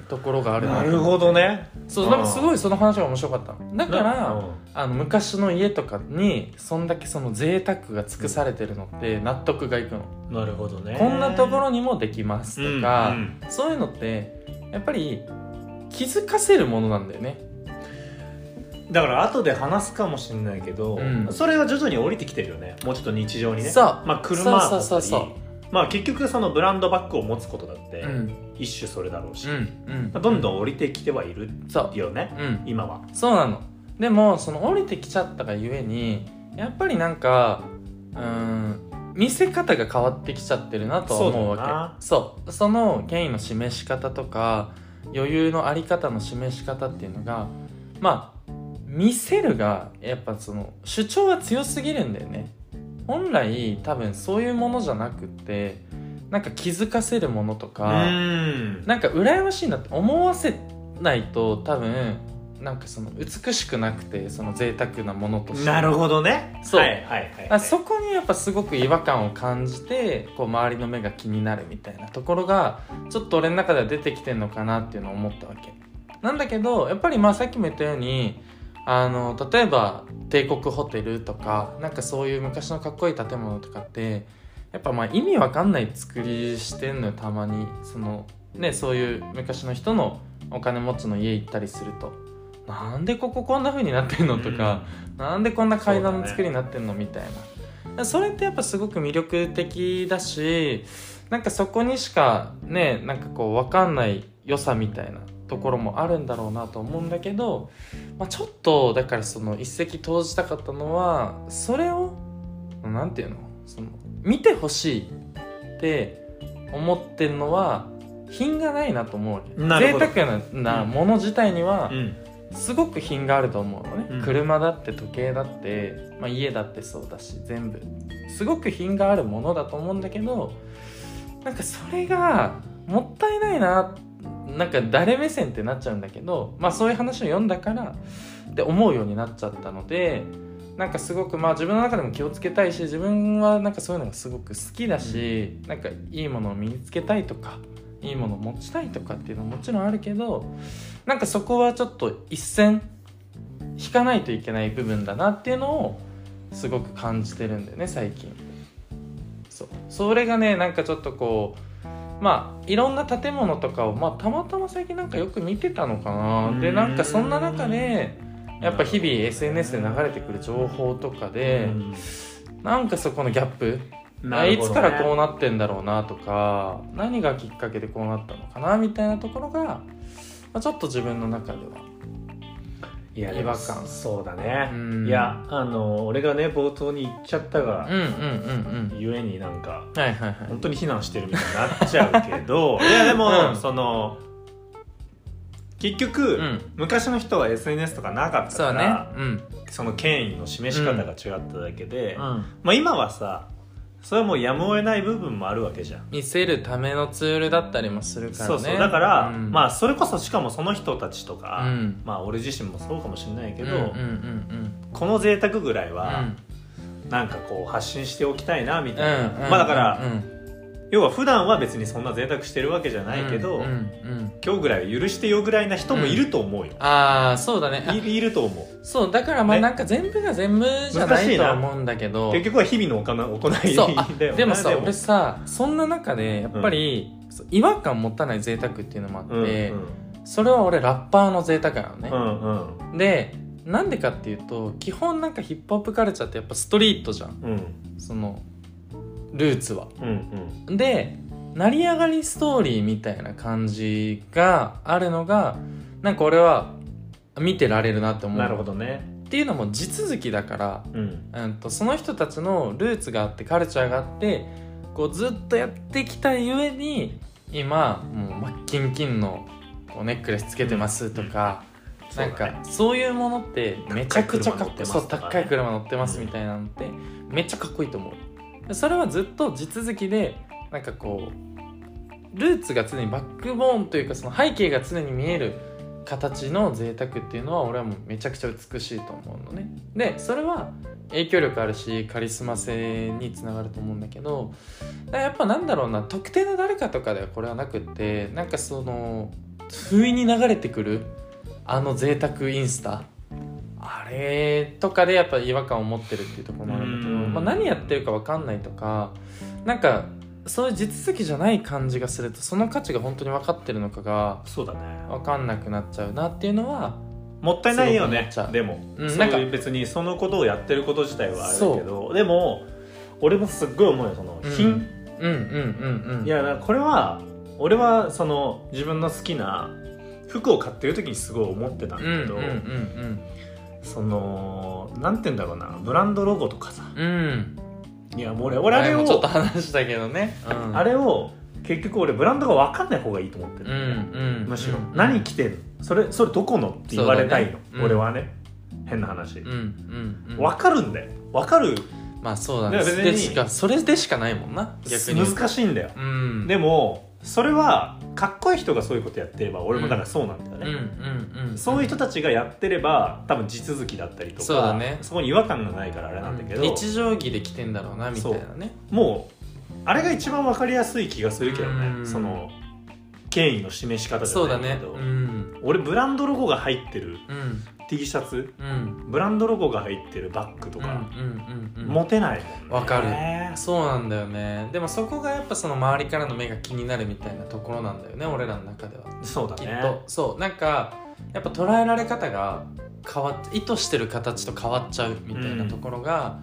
Speaker 1: ところがあ
Speaker 2: うん
Speaker 1: る
Speaker 2: なるほどね
Speaker 1: そうなんかすごいその話が面白かったのだから、
Speaker 2: うん
Speaker 1: あの昔の家とかにそんだけその贅沢が尽くされてるのって納得がいくの、
Speaker 2: なるほどね
Speaker 1: こんなところにもできますとか、
Speaker 2: うんうん
Speaker 1: そういうのってやっぱり気づかせるものなんだよね
Speaker 2: だから後で話すかもしれないけど、
Speaker 1: うん
Speaker 2: それは徐々に降りてきてるよねもうちょっと日常にね
Speaker 1: そう
Speaker 2: まあ車だったり
Speaker 1: そうそうそうそ
Speaker 2: まあ結局そのブランドバッグを持つことだって、
Speaker 1: ううん
Speaker 2: 一種それだろうし、
Speaker 1: うんうん
Speaker 2: まあどんどん降りてきてはいる
Speaker 1: そう
Speaker 2: よね
Speaker 1: うん
Speaker 2: 今は
Speaker 1: そうなのでもその降りてきちゃったがゆえにやっぱりなんかうーん見せ方が変わってきちゃってるなとは思う
Speaker 2: そうだよ
Speaker 1: わ
Speaker 2: な
Speaker 1: けそうその権威の示し方とか余裕のあり方の示し方っていうのがまあ見せるがやっぱその主張は強すぎるんだよね本来多分そういうものじゃなくってなんか気づかせるものと
Speaker 2: う
Speaker 1: か
Speaker 2: ーん
Speaker 1: なんか羨ましいなって思わせないと多分なんかその美しくなくてその贅沢なものとして
Speaker 2: なるほどね
Speaker 1: そう
Speaker 2: はいはいはい、
Speaker 1: あそこにやっぱすごく違和感を感じてこう周りの目が気になるみたいなところがちょっと俺の中では出てきてんのかなっていうのを思ったわけなんだけどやっぱりまあさっきも言ったようにあの例えば帝国ホテルとかなんかそういう昔のかっこいい建物とかってやっぱまあ意味わかんない作りしてんのよたまにそのねそういう昔の人のお金持ちの家行ったりするとなんでこここんな風になってんのとか、なんでこんな階段の作りになってんのみたいなそれってやっぱすごく魅力的だしなんかそこにしかねなんかこう分かんない良さみたいなところもあるんだろうなと思うんだけど、まあ、ちょっとだからその一石投じたかったのはそれをなんていうのその見てほしいって思ってるのは品がないなと思うわけ
Speaker 2: なるほど
Speaker 1: 贅沢ななもの自体には、
Speaker 2: うんうん
Speaker 1: すごく品があると思うのね、
Speaker 2: うん
Speaker 1: 車だって時計だって、まあ、家だってそうだし全部すごく品があるものだと思うんだけどなんかそれがもったいないななんか誰目線ってなっちゃうんだけど、まあ、そういう話を読んだからって思うようになっちゃったのでなんかすごくまあ自分の中でも気をつけたいし自分はなんかそういうのがすごく好きだし、なんかいいものを身につけたいとかいいものを持ちたいとかっていうのはもちろんあるけどなんかそこはちょっと一線引かないといけない部分だなっていうのをすごく感じてるんだよね最近そうそれがねなんかちょっとこうまあいろんな建物とかを、まあ、たまたま最近なんかよく見てたのかなでなんかそんな中でやっぱ日々 SNS で流れてくる情報とかでなんかそこのギャップ
Speaker 2: なる
Speaker 1: い
Speaker 2: ほど
Speaker 1: つ
Speaker 2: ね
Speaker 1: からこうなってんだろうなとか何がきっかけでこうなったのかなみたいなところが、まあ、ちょっと自分の中ではい
Speaker 2: や
Speaker 1: 違和感
Speaker 2: そうだね、
Speaker 1: うん
Speaker 2: いやあの俺がね冒頭に言っちゃったが、
Speaker 1: うんうんうん
Speaker 2: ゆえになんか
Speaker 1: うんはいはいはい
Speaker 2: 本当 に非難してるみたいになっちゃうけどいやでも、
Speaker 1: うん
Speaker 2: その結局、
Speaker 1: うん
Speaker 2: 昔の人は SNS とかなかった
Speaker 1: そ
Speaker 2: か
Speaker 1: うね
Speaker 2: ら
Speaker 1: うん
Speaker 2: そ,、の権威の示し方が違っただけで、
Speaker 1: うん
Speaker 2: まあ、今はさそれはもうやむを得ない部分もあるわけじゃん、
Speaker 1: 見せるためのツールだったりもするからね
Speaker 2: そうそうだから、
Speaker 1: うん
Speaker 2: まあそれこそしかもその人たちとか、
Speaker 1: うん
Speaker 2: まあ俺自身もそうかもしれないけ
Speaker 1: う
Speaker 2: ど、
Speaker 1: んうんうん
Speaker 2: この贅沢ぐらい
Speaker 1: うん
Speaker 2: は、なんかこう発信しておきたいなみ
Speaker 1: うん
Speaker 2: たいな、
Speaker 1: うんうん
Speaker 2: まあだから、
Speaker 1: うん
Speaker 2: 要は普段は別にそんな贅沢してるわけじゃないけど、
Speaker 1: うんうんうん
Speaker 2: 今日ぐらいは許してよぐらいな人もいると思うよ、
Speaker 1: ああそうだねあ
Speaker 2: いいる と思
Speaker 1: そうだからまあ
Speaker 2: ね
Speaker 1: なんか全部が全部じゃないとは思うんだけ
Speaker 2: う
Speaker 1: ど
Speaker 2: 結局は日々のお金行い
Speaker 1: そうあ
Speaker 2: だよな
Speaker 1: でもさ俺さそんな中でやっぱり、そう違和感持たない贅沢っていうのもあって、
Speaker 2: うんうん
Speaker 1: それは俺ラッパーの贅沢なのね
Speaker 2: う、んうん
Speaker 1: でなんでかっていうと基本なんかヒップホップカルチャーってやっぱストリートじゃん
Speaker 2: うん
Speaker 1: そのルーツは
Speaker 2: うんうん
Speaker 1: で成り上がりストーリーみたいな感じがあるのがなんか俺は見てられるなって思う
Speaker 2: なるほどね
Speaker 1: っていうのも地続きだから
Speaker 2: うん
Speaker 1: うん、とその人たちのルーツがあってカルチャーがあってこうずっとやってきたゆえに今もうマッキンキンのこうネックレスつけてますとか、なん
Speaker 2: そうだ
Speaker 1: か
Speaker 2: ね
Speaker 1: そういうものってめちゃくちゃかっこいいそう高
Speaker 2: 高
Speaker 1: い
Speaker 2: い
Speaker 1: 車乗ってますみたいなのってめっちゃかっこいいと思うでそれはずっと地続きでなんかこうルーツが常にバックボーンというかその背景が常に見える形の贅沢っていうのは俺はもうめちゃくちゃ美しいと思うのねでそれは影響力あるしカリスマ性につながると思うんだけどだからやっぱなんだろうな特定の誰かとかではこれはなくってなんかその不意に流れてくるあの贅沢インスタあれとかでやっぱ違和感を持ってるっていうところもあるんだけど、
Speaker 2: うん
Speaker 1: まあ、何やってるか分かんないとかなんかそういう地続きじゃない感じがするとその価値が本当に分かってるのかが
Speaker 2: そうだね
Speaker 1: 分かんなくなっちゃうなっていうのは
Speaker 2: もったいないよね
Speaker 1: すごく思っちゃう
Speaker 2: でも、
Speaker 1: うん
Speaker 2: そう
Speaker 1: なんか
Speaker 2: いう別にそのことをやってること自体はあるけどでも俺もすっごい思うよその
Speaker 1: うん
Speaker 2: 品、
Speaker 1: うんうんうんうん
Speaker 2: いやなんかこれは俺はその自分の好きな服を買ってる時にすごい思ってたん
Speaker 1: う
Speaker 2: だ
Speaker 1: んうん
Speaker 2: けど、そのなんて言うんだろうなブランドロゴとかさ
Speaker 1: うんうんうん
Speaker 2: いやもう俺俺あれ
Speaker 1: 前もちょっと
Speaker 2: を
Speaker 1: 話したけどね、うん
Speaker 2: あれを結局俺ブランドが分かんない方がいいと思って
Speaker 1: うん
Speaker 2: る、
Speaker 1: うん
Speaker 2: むしろ、
Speaker 1: うん
Speaker 2: 何着てるそれそれどこのって言われたいの、
Speaker 1: そうだねうん
Speaker 2: 俺はね変な話、
Speaker 1: うんうんうん
Speaker 2: 分かるんだよ分かる
Speaker 1: まあそうだ
Speaker 2: だ
Speaker 1: ね
Speaker 2: から別に
Speaker 1: でしかそれでしかないもんな逆に
Speaker 2: 難しいんだよ、
Speaker 1: うん
Speaker 2: でもそれはかっこいい人がそういうことやってれば俺もだからそうなんだよね、
Speaker 1: うんうんうん
Speaker 2: そういう人たちがやってれば多分地続きだったりとか
Speaker 1: そうだね
Speaker 2: そこに違和感がないからあれなんだけど、
Speaker 1: 日常着で来てんだろうなみたいなね
Speaker 2: もうあれが一番分かりやすい気がするけど
Speaker 1: う
Speaker 2: ね
Speaker 1: ん
Speaker 2: その権威の示し方じ
Speaker 1: そう
Speaker 2: ゃ
Speaker 1: だ
Speaker 2: ない
Speaker 1: ね
Speaker 2: けど、
Speaker 1: うん
Speaker 2: 俺ブランドロゴが入ってる
Speaker 1: うん
Speaker 2: T シャツ
Speaker 1: うん
Speaker 2: ブランドロゴが入ってるバッグとか、
Speaker 1: うんうんうん
Speaker 2: 持てないもんね
Speaker 1: わかるそうなんだよねでもそこがやっぱその周りからの目が気になるみたいなところなんだよね俺らの中では
Speaker 2: そうだ
Speaker 1: きっ
Speaker 2: ね
Speaker 1: とそうなんかやっぱ捉えられ方が変わっ意図してる形と変わっちゃうみたいなところが、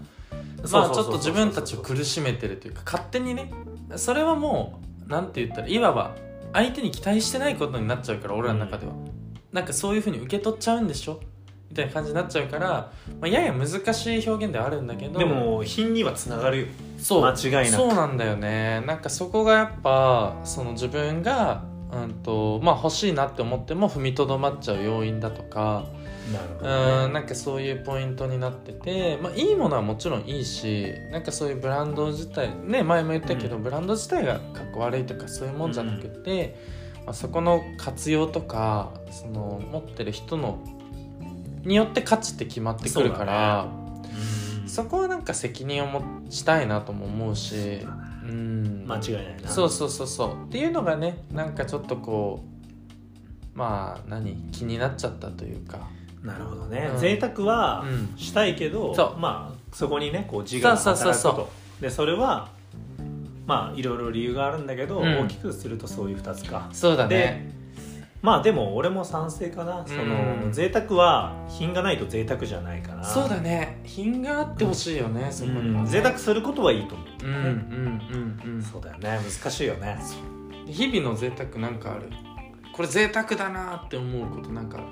Speaker 1: まあちょっと自分たちを苦しめてるというか勝手にねそれはもうなんて言ったらいわば相手に期待してないことになっちゃうから俺らの中では、なんかそういうふうに受け取っちゃうんでしょみたいな感じになっちゃうから、まあ、やや難しい表現ではあるんだけど
Speaker 2: でも品にはつながるよ
Speaker 1: そう
Speaker 2: 間違いなく
Speaker 1: そうなんだよねなんかそこがやっぱその自分が、うんとまあ、欲しいなって思っても踏みとどまっちゃう要因だとか
Speaker 2: なる
Speaker 1: うー
Speaker 2: ほど
Speaker 1: ん
Speaker 2: ね
Speaker 1: なんかそういうポイントになってて、まあ、いいものはもちろんいいしなんかそういうブランド自体ね前も言ったけど、
Speaker 2: う
Speaker 1: ブランド自体がかっこ悪いとかそういうもんじゃなくて、まあ、そこの活用とかその持ってる人のによって価値って決まってくるから。
Speaker 2: うん
Speaker 1: そこはなんか責任を持ちたいなとも思うし、うん、
Speaker 2: 間違いないな
Speaker 1: そうそうそうそうっていうのがねなんかちょっとこうまあ何気になっちゃったというか、
Speaker 2: なるほどね、
Speaker 1: うん
Speaker 2: 贅沢は
Speaker 1: うん
Speaker 2: したいけど、
Speaker 1: そう
Speaker 2: まあそこにねこう自我が働く
Speaker 1: そ
Speaker 2: と
Speaker 1: うそうそうそ
Speaker 2: でそれはまあいろいろ理由があるんだけど、
Speaker 1: うん
Speaker 2: 大きくするとそういう2つか
Speaker 1: そうだね
Speaker 2: まあでも俺も賛成かなその、
Speaker 1: うん
Speaker 2: 贅沢は品がないと贅沢じゃないから
Speaker 1: そうだね品があってほしいよね、そこ
Speaker 2: う
Speaker 1: には
Speaker 2: ん、贅沢することはいいと思う、
Speaker 1: うんうんうんうん
Speaker 2: そうだよね難しいよね
Speaker 1: 日々の贅沢なんかあるこれ贅沢だなって思うことなんかある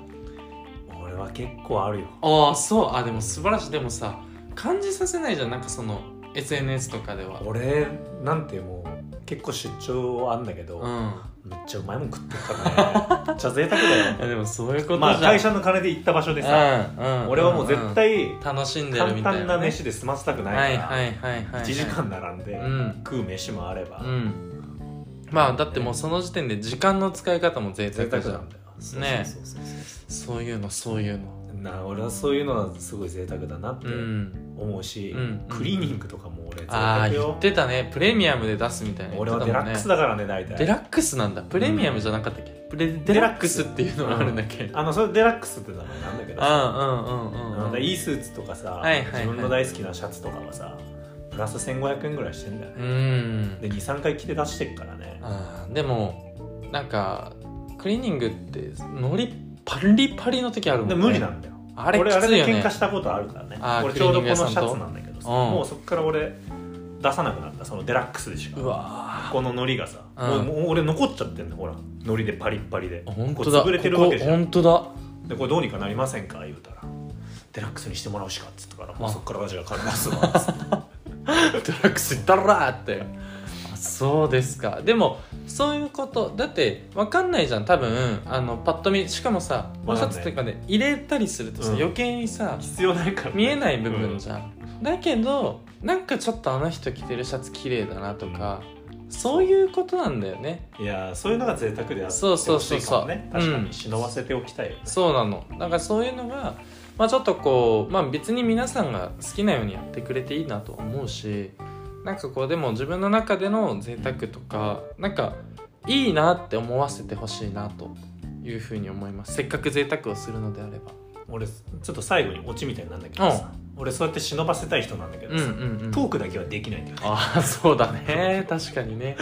Speaker 2: 俺は結構あるよ
Speaker 1: ああそうあでも素晴らしいでもさ感じさせないじゃんなんかその SNS とかでは
Speaker 2: 俺なんてもう結構出張あんだけど、
Speaker 1: うん
Speaker 2: めっちゃうまいもん食ってるか らねめっちゃ贅沢だよ
Speaker 1: いやでもそういうことじゃん、
Speaker 2: まあ会社の金で行った場所でさ、
Speaker 1: うんうん
Speaker 2: 俺はもう絶対
Speaker 1: うん楽しんで
Speaker 2: 簡
Speaker 1: るみたいな、ね、
Speaker 2: 単な飯で済ませたくないから、
Speaker 1: はいはいはいはい
Speaker 2: 1時間並んで、
Speaker 1: うん
Speaker 2: 食う飯もあれば、
Speaker 1: うんまあだってもうその時点で時間の使い方も贅
Speaker 2: 贅
Speaker 1: 沢
Speaker 2: 沢
Speaker 1: じゃ
Speaker 2: なんんだよ
Speaker 1: ね
Speaker 2: そうそうそうそ
Speaker 1: そういうのそういうの
Speaker 2: うな俺はそういうのはすごい贅沢だなって
Speaker 1: うん
Speaker 2: 思うし、
Speaker 1: うん
Speaker 2: クリーニングとかも俺贅
Speaker 1: ああ
Speaker 2: 沢
Speaker 1: 言
Speaker 2: よ
Speaker 1: ってたねプレミアムで出すみたいな
Speaker 2: 俺
Speaker 1: 言っ
Speaker 2: は
Speaker 1: て
Speaker 2: デ
Speaker 1: たも
Speaker 2: ラ
Speaker 1: ん
Speaker 2: ッ
Speaker 1: ね
Speaker 2: クスだからね大体
Speaker 1: デラックスなんだプレミアムじゃなかったっけ、プレデラックスっていうのがあるんだっけ、
Speaker 2: あのそれデラックスって名前なんだけどさ
Speaker 1: あうんうんうん
Speaker 2: な
Speaker 1: うんん
Speaker 2: か
Speaker 1: うん
Speaker 2: いいスーツとかさ、
Speaker 1: はいはいはい
Speaker 2: 自分の大好きなシャツとかはさプラス1500円ぐらいしてんだよ
Speaker 1: う
Speaker 2: ね、
Speaker 1: ん
Speaker 2: で23回着て出してるからね
Speaker 1: あーでもなんかクリーニングってのりパリパリの時あるもん
Speaker 2: で
Speaker 1: ね
Speaker 2: 無理なんだよ
Speaker 1: あれ
Speaker 2: 俺あ
Speaker 1: き
Speaker 2: れ
Speaker 1: つい
Speaker 2: で
Speaker 1: よ
Speaker 2: 喧
Speaker 1: ね
Speaker 2: 嘩したことあるからね
Speaker 1: あー
Speaker 2: 俺ちょうどこのシ
Speaker 1: クリーニング屋さ
Speaker 2: ャ
Speaker 1: んと
Speaker 2: ツなんだけどさ、
Speaker 1: うん
Speaker 2: もうそっから俺出さなくなったそのデラックスでし
Speaker 1: う
Speaker 2: か
Speaker 1: わ
Speaker 2: このノリがさ、
Speaker 1: うん
Speaker 2: もうもう俺残っちゃってんのほらノリでパリッパリで
Speaker 1: ー本当だ
Speaker 2: これ潰れてるわけ
Speaker 1: こ
Speaker 2: じ
Speaker 1: こ
Speaker 2: ゃん
Speaker 1: 本当だ
Speaker 2: でこれどうにかなりませんか言うたらデラックスにしてもらうしかっつったからもうそっから私が金出すわっ つって
Speaker 1: ドラッグス行ったらーってあそうですかでもそういうことだってわかんないじゃん多分あのパッと見しかもさお
Speaker 2: わかん
Speaker 1: シ
Speaker 2: な
Speaker 1: ャツ
Speaker 2: い
Speaker 1: とかで入れたりするとさ、
Speaker 2: うん
Speaker 1: 余計にさ
Speaker 2: 必要ないからね、
Speaker 1: 見えない部分じゃん、だけどなんかちょっとあの人着てるシャツ綺麗だなとか、そういうことなんだよね
Speaker 2: いやーそういうのが贅沢であって
Speaker 1: そう
Speaker 2: ほ
Speaker 1: そう
Speaker 2: し
Speaker 1: そう
Speaker 2: い
Speaker 1: そう
Speaker 2: かもね確か
Speaker 1: うん
Speaker 2: に忍ばせておきたいよね、
Speaker 1: そうなのだからそういうのが、まあ、ちょっとこう、まあ、別に皆さんが好きなようにやってくれていいなとは思うしなんかこうでも自分の中での贅沢とかなんかいいなって思わせてほしいなというふうに思いますせっかく贅沢をするのであれば
Speaker 2: 俺ちょっと最後にオチみたいになんだけどさ、俺そうやって忍ばせたい人なんだけ
Speaker 1: う
Speaker 2: ど
Speaker 1: んう
Speaker 2: さ、
Speaker 1: んうん
Speaker 2: トークだけはできないんだよね
Speaker 1: ああそうだね確かにね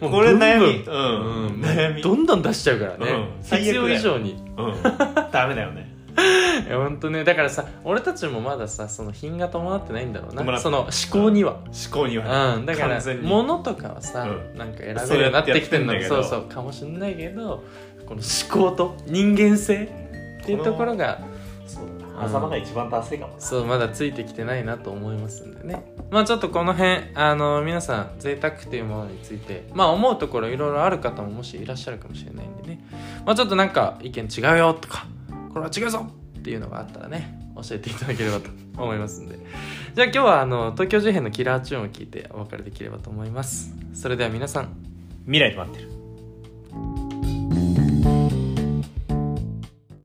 Speaker 1: もう
Speaker 2: これ悩
Speaker 1: ブ
Speaker 2: み
Speaker 1: ンブン
Speaker 2: うん
Speaker 1: うん
Speaker 2: 悩み
Speaker 1: どんどん出しちゃうからね、
Speaker 2: うん最悪
Speaker 1: 必
Speaker 2: だよ
Speaker 1: 要以上に
Speaker 2: うん ダメだよね
Speaker 1: いや本当ねだからさ俺たちもまださその品が伴ってないんだろう
Speaker 2: 伴
Speaker 1: な
Speaker 2: って
Speaker 1: その思考には、
Speaker 2: 思考にはね
Speaker 1: うん、だから
Speaker 2: 完全に
Speaker 1: 物とかはさ、
Speaker 2: う
Speaker 1: なんか選べるようになってきてるの
Speaker 2: そうやってやってんだけ
Speaker 1: そ
Speaker 2: ど
Speaker 1: うそうかもしんないけどこの思考と人間性っていうところが
Speaker 2: そうだな頭が一番達成かもな
Speaker 1: そうまだついてきてないなと思いますんでねまあちょっとこの辺あの皆さん贅沢っていうものについてまあ思うところいろいろある方ももしいらっしゃるかもしれないんでねまあちょっとなんか意見違うよとかこれは違うぞっていうのがあったらね教えていただければと思いますんでじゃあ今日はあの東京事変のキラーチューンを聞いてお別れできればと思いますそれでは皆さん
Speaker 2: 未来と待ってる